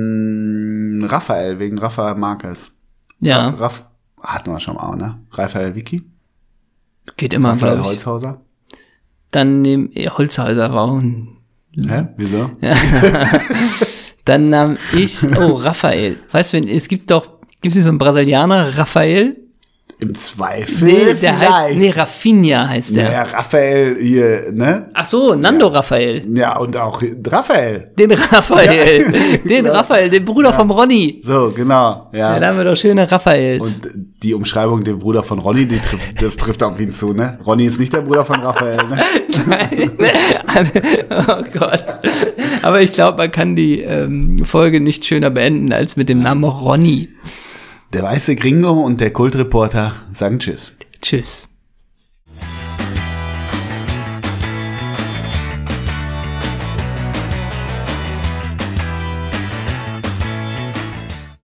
S2: Ähm, Raphael, wegen Raphael Marquez.
S1: ja,
S2: Raff hatten wir schon auch, ne? Raphael Wiki?
S1: geht immer,
S2: Raphael
S1: glaube ich.
S2: Holzhauser?
S1: Dann nehm, eh, Holzhäuser war auch ein-
S2: Hä? Wieso?
S1: Dann nahm ich, oh, Raphael. Weißt du, wenn- es gibt doch, gibt es nicht so einen Brasilianer, Raphael?
S2: Im Zweifel.
S1: Nee, der
S2: vielleicht.
S1: heißt, nee, Rafinha heißt der.
S2: Naja, Raphael hier, ne?
S1: Ach so, Nando Raphael.
S2: Ja, und auch Raphael.
S1: Den Raphael. den Raphael, den Bruder vom Ronny.
S2: So, genau. Ja.
S1: Ja, da haben wir doch schöne Raphaels.
S2: und die Umschreibung, der Bruder von Ronny, die trifft, das trifft auf ihn zu, ne? Ronny ist nicht der Bruder von Raphael, ne?
S1: oh Gott. Aber ich glaube, man kann die ähm, Folge nicht schöner beenden als mit dem Namen Ronny.
S2: Der weiße Gringo und der Kultreporter sagen Tschüss.
S1: Tschüss.